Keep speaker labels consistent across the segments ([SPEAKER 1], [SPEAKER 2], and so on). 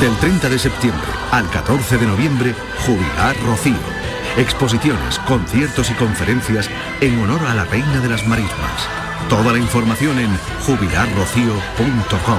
[SPEAKER 1] Del 30 de septiembre al 14 de noviembre, Jubilar Rocío. Exposiciones, conciertos y conferencias en honor a la Reina de las Marismas. Toda la información en jubilarrocío.com.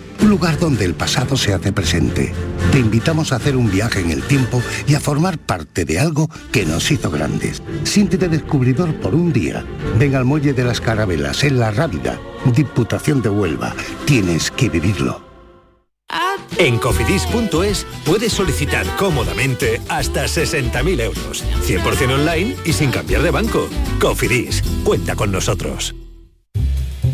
[SPEAKER 2] Un lugar donde el pasado se hace presente. Te invitamos a hacer un viaje en el tiempo y a formar parte de algo que nos hizo grandes. Siéntete descubridor por un día. Ven al Muelle de las Carabelas, en La Rábida, Diputación de Huelva. Tienes que vivirlo.
[SPEAKER 3] En cofidis.es puedes solicitar cómodamente hasta 60.000 euros, 100% online y sin cambiar de banco. Cofidis, cuenta con nosotros.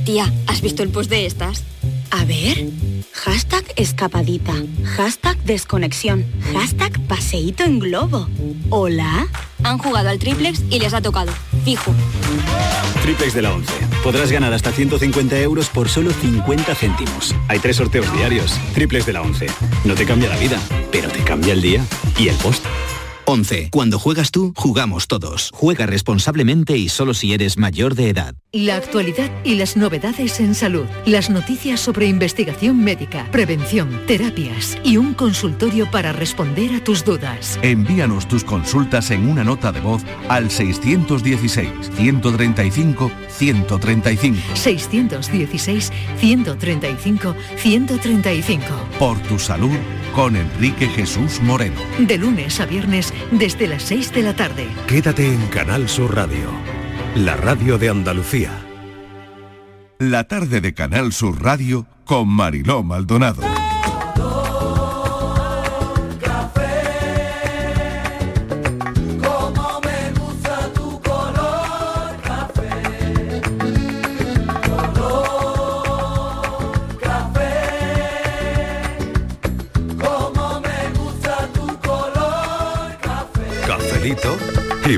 [SPEAKER 4] Tía, ¿has visto el post de estas? A ver. Hashtag escapadita. Hashtag desconexión. Hashtag paseíto en globo. Hola. Han jugado al triplex y les ha tocado. Fijo.
[SPEAKER 5] Triplex de la 11. Podrás ganar hasta 150 euros por solo 50 céntimos. Hay tres sorteos diarios. Triplex de la 11. No te cambia la vida, pero te cambia el día y el post.
[SPEAKER 6] 11. Cuando juegas tú, jugamos todos. Juega responsablemente y solo si eres mayor de edad.
[SPEAKER 7] La actualidad y las novedades en salud. Las noticias sobre investigación médica, prevención, terapias y un consultorio para responder a tus dudas.
[SPEAKER 8] Envíanos tus consultas en una nota de voz al 616-135-135.
[SPEAKER 7] 616 135 135.
[SPEAKER 8] Por tu salud con Enrique Jesús Moreno.
[SPEAKER 7] De lunes a viernes desde las 6 de la tarde.
[SPEAKER 9] Quédate en Canal Sur Radio, la radio de Andalucía.
[SPEAKER 8] La tarde de Canal Sur Radio con Mariló Maldonado.
[SPEAKER 10] Como me gusta tu color café, color café. Como me gusta tu color café.
[SPEAKER 9] Cafelito y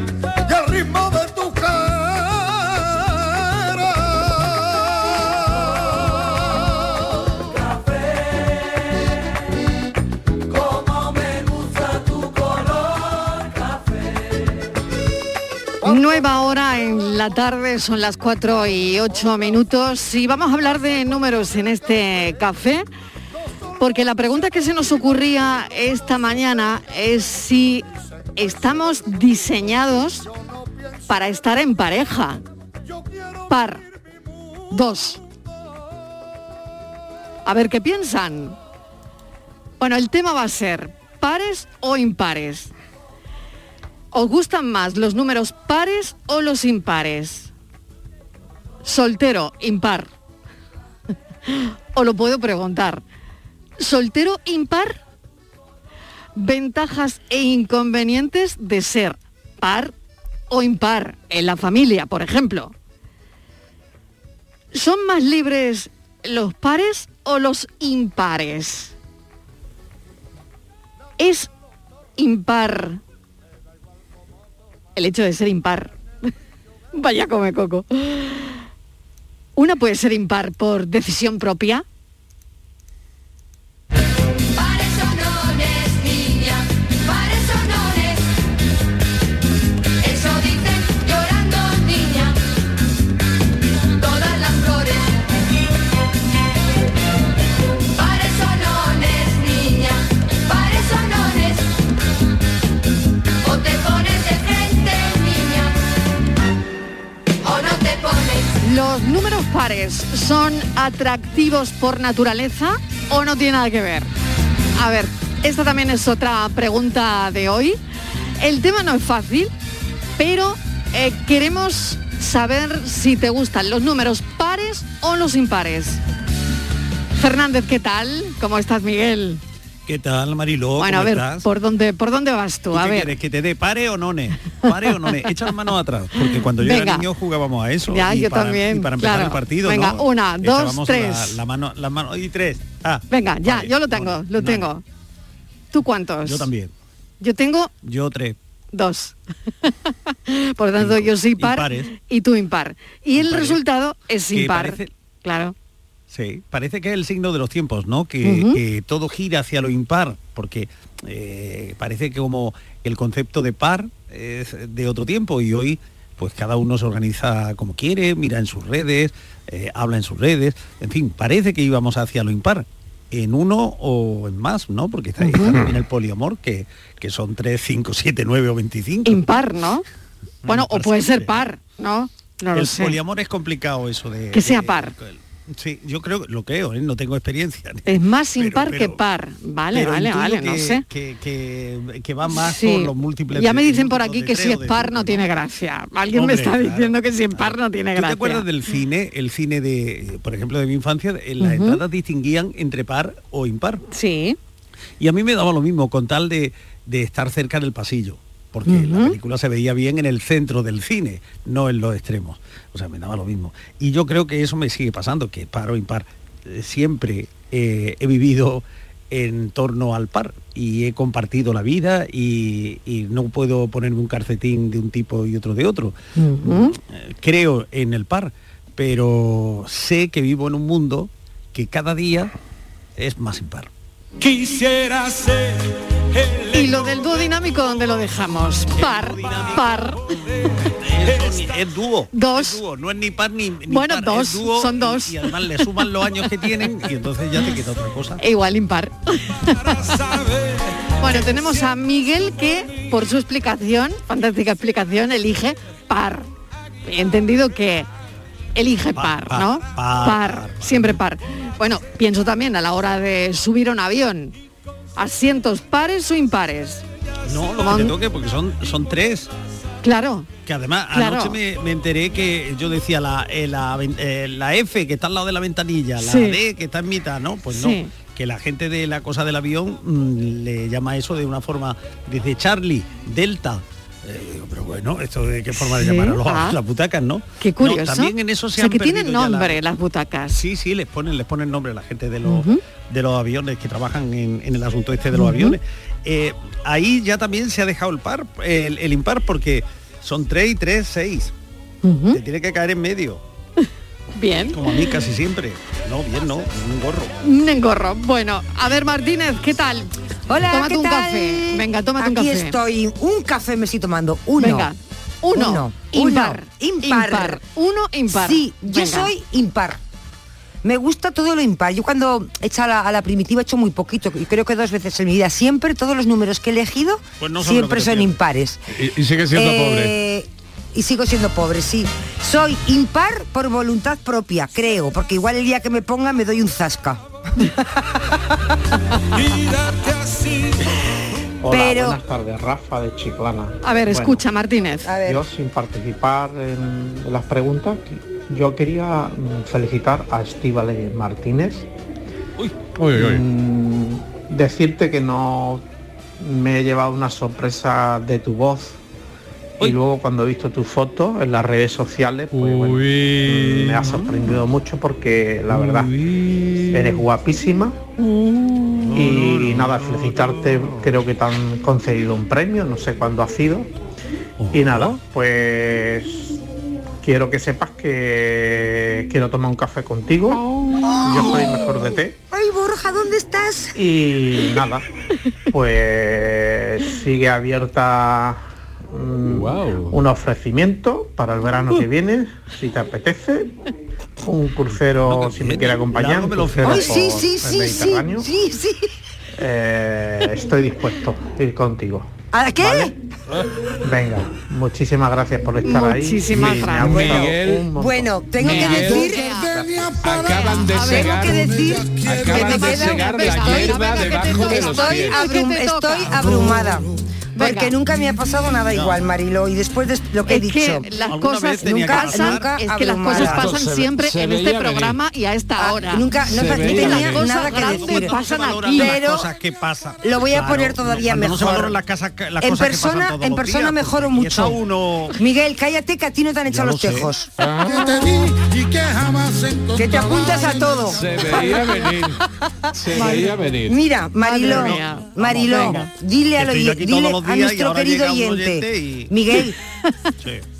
[SPEAKER 11] y el ritmo de tu
[SPEAKER 10] Como me gusta tu color
[SPEAKER 12] Nueva hora en la tarde, son las 4 y 8 minutos y vamos a hablar de números en este café, porque la pregunta que se nos ocurría esta mañana es si estamos diseñados para estar en pareja. Par. Dos. A ver qué piensan. Bueno, el tema va a ser pares o impares. ¿Os gustan más los números pares o los impares? Soltero, impar.
[SPEAKER 7] o lo puedo preguntar. ¿Soltero impar? Ventajas e inconvenientes de ser par o impar en la familia, por ejemplo. ¿Son más libres los pares o los impares? ¿Es impar el hecho de ser impar? Vaya come coco. Una puede ser impar por decisión propia.
[SPEAKER 13] Pares sonones, niña, pares sonones. Eso dicen llorando, niña. Todas las flores. Pares sonones, niña, pares sonones. O te pones de frente, niña. O no te pones.
[SPEAKER 7] ¿Los números pares son atractivos por naturaleza o no tiene nada que ver? A ver, esta también es otra pregunta de hoy. El tema no es fácil, pero eh, queremos saber si te gustan los números pares o los impares. Fernández, ¿qué tal? ¿Cómo estás, Miguel?
[SPEAKER 14] ¿Qué tal, Mariló?
[SPEAKER 7] bueno, a
[SPEAKER 14] ¿Cómo
[SPEAKER 7] ver,
[SPEAKER 14] estás?
[SPEAKER 7] ¿por dónde, ¿por dónde vas tú?
[SPEAKER 14] ¿Tú
[SPEAKER 7] A
[SPEAKER 14] qué
[SPEAKER 7] ver.
[SPEAKER 14] quieres, que te dé pare o none? Pare o none. Echa las manos atrás, porque cuando yo
[SPEAKER 7] Venga.
[SPEAKER 14] era niño jugábamos a eso.
[SPEAKER 7] Ya,
[SPEAKER 14] y
[SPEAKER 7] yo
[SPEAKER 14] para-
[SPEAKER 7] también,
[SPEAKER 14] Y para empezar
[SPEAKER 7] claro.
[SPEAKER 14] el partido,
[SPEAKER 7] Venga,
[SPEAKER 14] ¿no?
[SPEAKER 7] una, dos,
[SPEAKER 14] Echábamos la-
[SPEAKER 7] tres.
[SPEAKER 14] La, mano, las manos y tres. Ah,
[SPEAKER 7] Venga, ya, yo lo tengo, lo tengo. ¿Tú cuántos?
[SPEAKER 14] yo también.
[SPEAKER 7] Yo tengo
[SPEAKER 14] Yo tres.
[SPEAKER 7] dos. Por lo tanto, yo soy par
[SPEAKER 14] Impares.
[SPEAKER 7] y tú impar. Y el resultado es
[SPEAKER 14] Que
[SPEAKER 7] impar.
[SPEAKER 14] parece-
[SPEAKER 7] Claro.
[SPEAKER 14] Sí, parece que es el signo de los tiempos, ¿no? Que,
[SPEAKER 7] Ujú.
[SPEAKER 14] que todo gira hacia lo impar, porque eh, parece que como el concepto de par es de otro tiempo y hoy pues cada uno se organiza como quiere, mira en sus redes, eh, habla en sus redes, en fin, parece que íbamos hacia lo impar, en uno o en más, ¿no? Porque está ahí también el poliamor, que, que son 3, 5, 7, 9 o 25.
[SPEAKER 7] Impar, ¿no? Bueno, o puede ser par, ¿no? No lo
[SPEAKER 14] Mm, el
[SPEAKER 7] sé.
[SPEAKER 14] poliamor es complicado eso de...
[SPEAKER 7] Que sea
[SPEAKER 14] de-
[SPEAKER 7] par.
[SPEAKER 14] Sí, yo creo, lo creo, ¿eh? no tengo experiencia.
[SPEAKER 7] Es más impar
[SPEAKER 14] pero-
[SPEAKER 7] que par. Vale,
[SPEAKER 14] Pero
[SPEAKER 7] vale,
[SPEAKER 14] intuyo
[SPEAKER 7] vale,
[SPEAKER 14] que,
[SPEAKER 7] no sé.
[SPEAKER 14] Que, que- que va más
[SPEAKER 7] Sí.
[SPEAKER 14] por los múltiples.
[SPEAKER 7] ya
[SPEAKER 14] de-
[SPEAKER 7] me dicen por
[SPEAKER 14] múltiplos
[SPEAKER 7] aquí
[SPEAKER 14] de
[SPEAKER 7] que
[SPEAKER 14] tres
[SPEAKER 7] si
[SPEAKER 14] o
[SPEAKER 7] es
[SPEAKER 14] de
[SPEAKER 7] par no tiene gracia. Alguien
[SPEAKER 14] Hombre,
[SPEAKER 7] me está
[SPEAKER 14] claro, Ah,
[SPEAKER 7] diciendo que si es par no tiene
[SPEAKER 14] ¿Tú te
[SPEAKER 7] gracia.
[SPEAKER 14] acuerdas del cine? El cine de, por ejemplo, de mi infancia, en las
[SPEAKER 7] Ujú.
[SPEAKER 14] entradas distinguían entre par o impar.
[SPEAKER 7] Sí.
[SPEAKER 14] Y a mí me daba lo mismo con tal de, de estar cerca del pasillo, porque la película se veía bien en el centro del cine, no en los extremos. O sea, me daba lo mismo. Y yo creo que eso me sigue pasando, que par o impar. Eh, Siempre eh, he vivido en torno al par y he compartido la vida y, y no puedo ponerme un calcetín de un tipo y otro de otro Eh, creo en el par, pero sé que vivo en un mundo que cada día es más impar.
[SPEAKER 7] Quisiera ser Y lo del dúo dinámico, ¿dónde lo dejamos? Par, par.
[SPEAKER 14] Es dúo.
[SPEAKER 7] Dos.
[SPEAKER 14] es dúo, no es ni par ni, ni
[SPEAKER 7] Bueno,
[SPEAKER 14] par, es
[SPEAKER 7] dos,
[SPEAKER 14] dúo
[SPEAKER 7] son
[SPEAKER 14] y-
[SPEAKER 7] dos.
[SPEAKER 14] Y, además le suman los años que tienen y entonces ya te queda otra cosa.
[SPEAKER 7] E igual impar. bueno, tenemos a Miguel que, por su explicación, fantástica explicación, elige par. He entendido que elige par,
[SPEAKER 14] par,
[SPEAKER 7] ¿no?
[SPEAKER 14] par,
[SPEAKER 7] siempre par. Bueno, pienso también a la hora de subir a un avión. Asientos pares o impares.
[SPEAKER 14] No, lo que te toque porque son, son tres.
[SPEAKER 7] Claro,
[SPEAKER 14] Que además
[SPEAKER 7] Claro.
[SPEAKER 14] anoche me, me enteré que yo decía la, eh, la, ven- eh, la F que está al lado de la ventanilla, la
[SPEAKER 7] Sí.
[SPEAKER 14] D que está en mitad, ¿no? Pues
[SPEAKER 7] Sí.
[SPEAKER 14] no. Que la gente de la cosa del avión mm, le llama eso de una forma, dice Charlie, Delta. Eh, digo, pero bueno, esto de qué forma de
[SPEAKER 7] Sí,
[SPEAKER 14] llamar a los-
[SPEAKER 7] ah.
[SPEAKER 14] las butacas, ¿no?
[SPEAKER 7] qué
[SPEAKER 14] No,
[SPEAKER 7] curioso.
[SPEAKER 14] también en eso
[SPEAKER 7] o
[SPEAKER 14] se
[SPEAKER 7] sea,
[SPEAKER 14] han
[SPEAKER 7] que tienen
[SPEAKER 14] perdido ya la-
[SPEAKER 7] nombre las butacas.
[SPEAKER 14] Sí, sí, les ponen, les ponen nombre a la gente de los,
[SPEAKER 7] Ujú.
[SPEAKER 14] de los aviones que trabajan en, en el asunto este de los
[SPEAKER 7] Ujú.
[SPEAKER 14] aviones. Eh, ahí ya también se ha dejado el par, el, el impar, porque son 3 y 3, 6.
[SPEAKER 7] Ujú.
[SPEAKER 14] Te tiene que caer en medio,
[SPEAKER 7] Bien.
[SPEAKER 14] como a mí casi siempre. No, bien no, un gorro.
[SPEAKER 7] Un Mm, engorro. Bueno, a ver Martínez, ¿qué tal?
[SPEAKER 15] Hola,
[SPEAKER 7] tómate
[SPEAKER 15] ¿qué
[SPEAKER 7] un
[SPEAKER 15] tal?
[SPEAKER 7] café. Venga, tómate un
[SPEAKER 15] Aquí
[SPEAKER 7] café.
[SPEAKER 15] estoy. Un café me estoy tomando. Uno.
[SPEAKER 7] Venga, uno.
[SPEAKER 15] Uno.
[SPEAKER 7] Impar.
[SPEAKER 15] Impar.
[SPEAKER 7] Impar. Uno impar.
[SPEAKER 15] Sí, yo
[SPEAKER 7] Venga.
[SPEAKER 15] soy impar. Me gusta todo lo impar. Yo cuando he hecho a la, a la primitiva he hecho muy poquito. y creo que dos veces en mi vida. Siempre todos los números que he elegido
[SPEAKER 16] Pues no son lo
[SPEAKER 15] siempre
[SPEAKER 16] que te
[SPEAKER 15] son
[SPEAKER 16] pierdes.
[SPEAKER 15] impares.
[SPEAKER 16] Y, y sigue siendo pobre.
[SPEAKER 15] Eh, Y sigo siendo pobre, sí. Soy impar por voluntad propia, creo, porque igual el día que me ponga me doy un zasca.
[SPEAKER 17] Hola,
[SPEAKER 15] Pero-
[SPEAKER 17] buenas tardes, Rafa de Chiclana.
[SPEAKER 7] A ver,
[SPEAKER 17] Bueno,
[SPEAKER 7] escucha Martínez.
[SPEAKER 17] Yo sin participar en, en las preguntas, qui- Yo quería mm, felicitar a Estíbale Martínez. Mm, Decirte que no me he llevado una sorpresa de tu voz. Y luego cuando he visto tus fotos en las redes sociales, pues, bueno, mm, me ha sorprendido mucho porque la verdad eres guapísima. Y nada, felicitarte, creo que te han concedido un premio, no sé cuándo ha sido. Y nada, pues quiero que sepas que quiero tomar un café contigo. Yo soy el mejor de té.
[SPEAKER 15] ¡Ay, Borja, ¿dónde estás?
[SPEAKER 17] Y nada, pues sigue abierta mm, un ofrecimiento para el verano que viene, si te apetece. Un crucero, si me quiere acompañar. un crucero
[SPEAKER 15] Ay, sí,
[SPEAKER 17] por
[SPEAKER 15] sí, sí,
[SPEAKER 17] el
[SPEAKER 15] sí,
[SPEAKER 17] Mediterráneo.
[SPEAKER 15] sí, sí.
[SPEAKER 17] Eh, estoy dispuesto a ir contigo.
[SPEAKER 15] ¿A la qué?
[SPEAKER 17] Venga, muchísimas gracias por estar ahí.
[SPEAKER 15] Muchísimas
[SPEAKER 17] Y me ha
[SPEAKER 15] gracias.
[SPEAKER 17] gustado
[SPEAKER 16] Miguel.
[SPEAKER 17] un montón.
[SPEAKER 15] Bueno, tengo que
[SPEAKER 16] Miguel.
[SPEAKER 15] decir...
[SPEAKER 16] Acaban de
[SPEAKER 15] Tengo
[SPEAKER 16] segar,
[SPEAKER 15] que decir
[SPEAKER 16] acaban de segar la mierda debajo de los
[SPEAKER 15] estoy,
[SPEAKER 16] pies.
[SPEAKER 15] abrum- estoy abrumada. Porque nunca me ha pasado nada
[SPEAKER 16] No.
[SPEAKER 15] igual, Marilo. Y después de lo que he
[SPEAKER 7] Es que
[SPEAKER 15] dicho,
[SPEAKER 7] las cosas nunca pasan, es que las cosas
[SPEAKER 15] abrumada.
[SPEAKER 7] pasan siempre
[SPEAKER 15] se
[SPEAKER 7] en
[SPEAKER 15] veía
[SPEAKER 7] este
[SPEAKER 15] venir.
[SPEAKER 7] programa y a esta hora.
[SPEAKER 15] Ah, nunca- no Se pa- no veía tenía venir. nada que
[SPEAKER 7] grandes
[SPEAKER 15] decir.
[SPEAKER 7] pasan
[SPEAKER 15] Valora
[SPEAKER 7] aquí.
[SPEAKER 15] las Pero-
[SPEAKER 14] cosas que pasan.
[SPEAKER 15] Lo voy a poner todavía
[SPEAKER 14] cuando No se
[SPEAKER 15] mejor.
[SPEAKER 14] valoran las, casas, que- las
[SPEAKER 15] en
[SPEAKER 14] cosas que
[SPEAKER 15] persona,
[SPEAKER 14] pasan todos
[SPEAKER 15] en
[SPEAKER 14] los
[SPEAKER 15] persona
[SPEAKER 14] días, pues,
[SPEAKER 15] mejoro
[SPEAKER 14] porque
[SPEAKER 15] mucho.
[SPEAKER 14] aquí está uno-
[SPEAKER 15] Miguel, cállate que a ti no te han
[SPEAKER 14] Ya
[SPEAKER 15] echado
[SPEAKER 14] lo
[SPEAKER 15] los
[SPEAKER 14] sé.
[SPEAKER 15] tejos.
[SPEAKER 14] Ah.
[SPEAKER 15] Que te apuntas a todo.
[SPEAKER 16] Se veía venir. Se
[SPEAKER 15] Madre-
[SPEAKER 16] veía venir.
[SPEAKER 15] Mira, Mariló,
[SPEAKER 16] Madre mía.
[SPEAKER 15] Mariló,
[SPEAKER 16] Venga.
[SPEAKER 15] dile a,
[SPEAKER 16] Que
[SPEAKER 15] lo-
[SPEAKER 16] estoy yo aquí
[SPEAKER 15] dile
[SPEAKER 16] todos los
[SPEAKER 15] a
[SPEAKER 16] días y
[SPEAKER 15] nuestro
[SPEAKER 16] ahora
[SPEAKER 15] querido
[SPEAKER 16] llega un
[SPEAKER 15] oyente,
[SPEAKER 16] oyente y-
[SPEAKER 15] Miguel,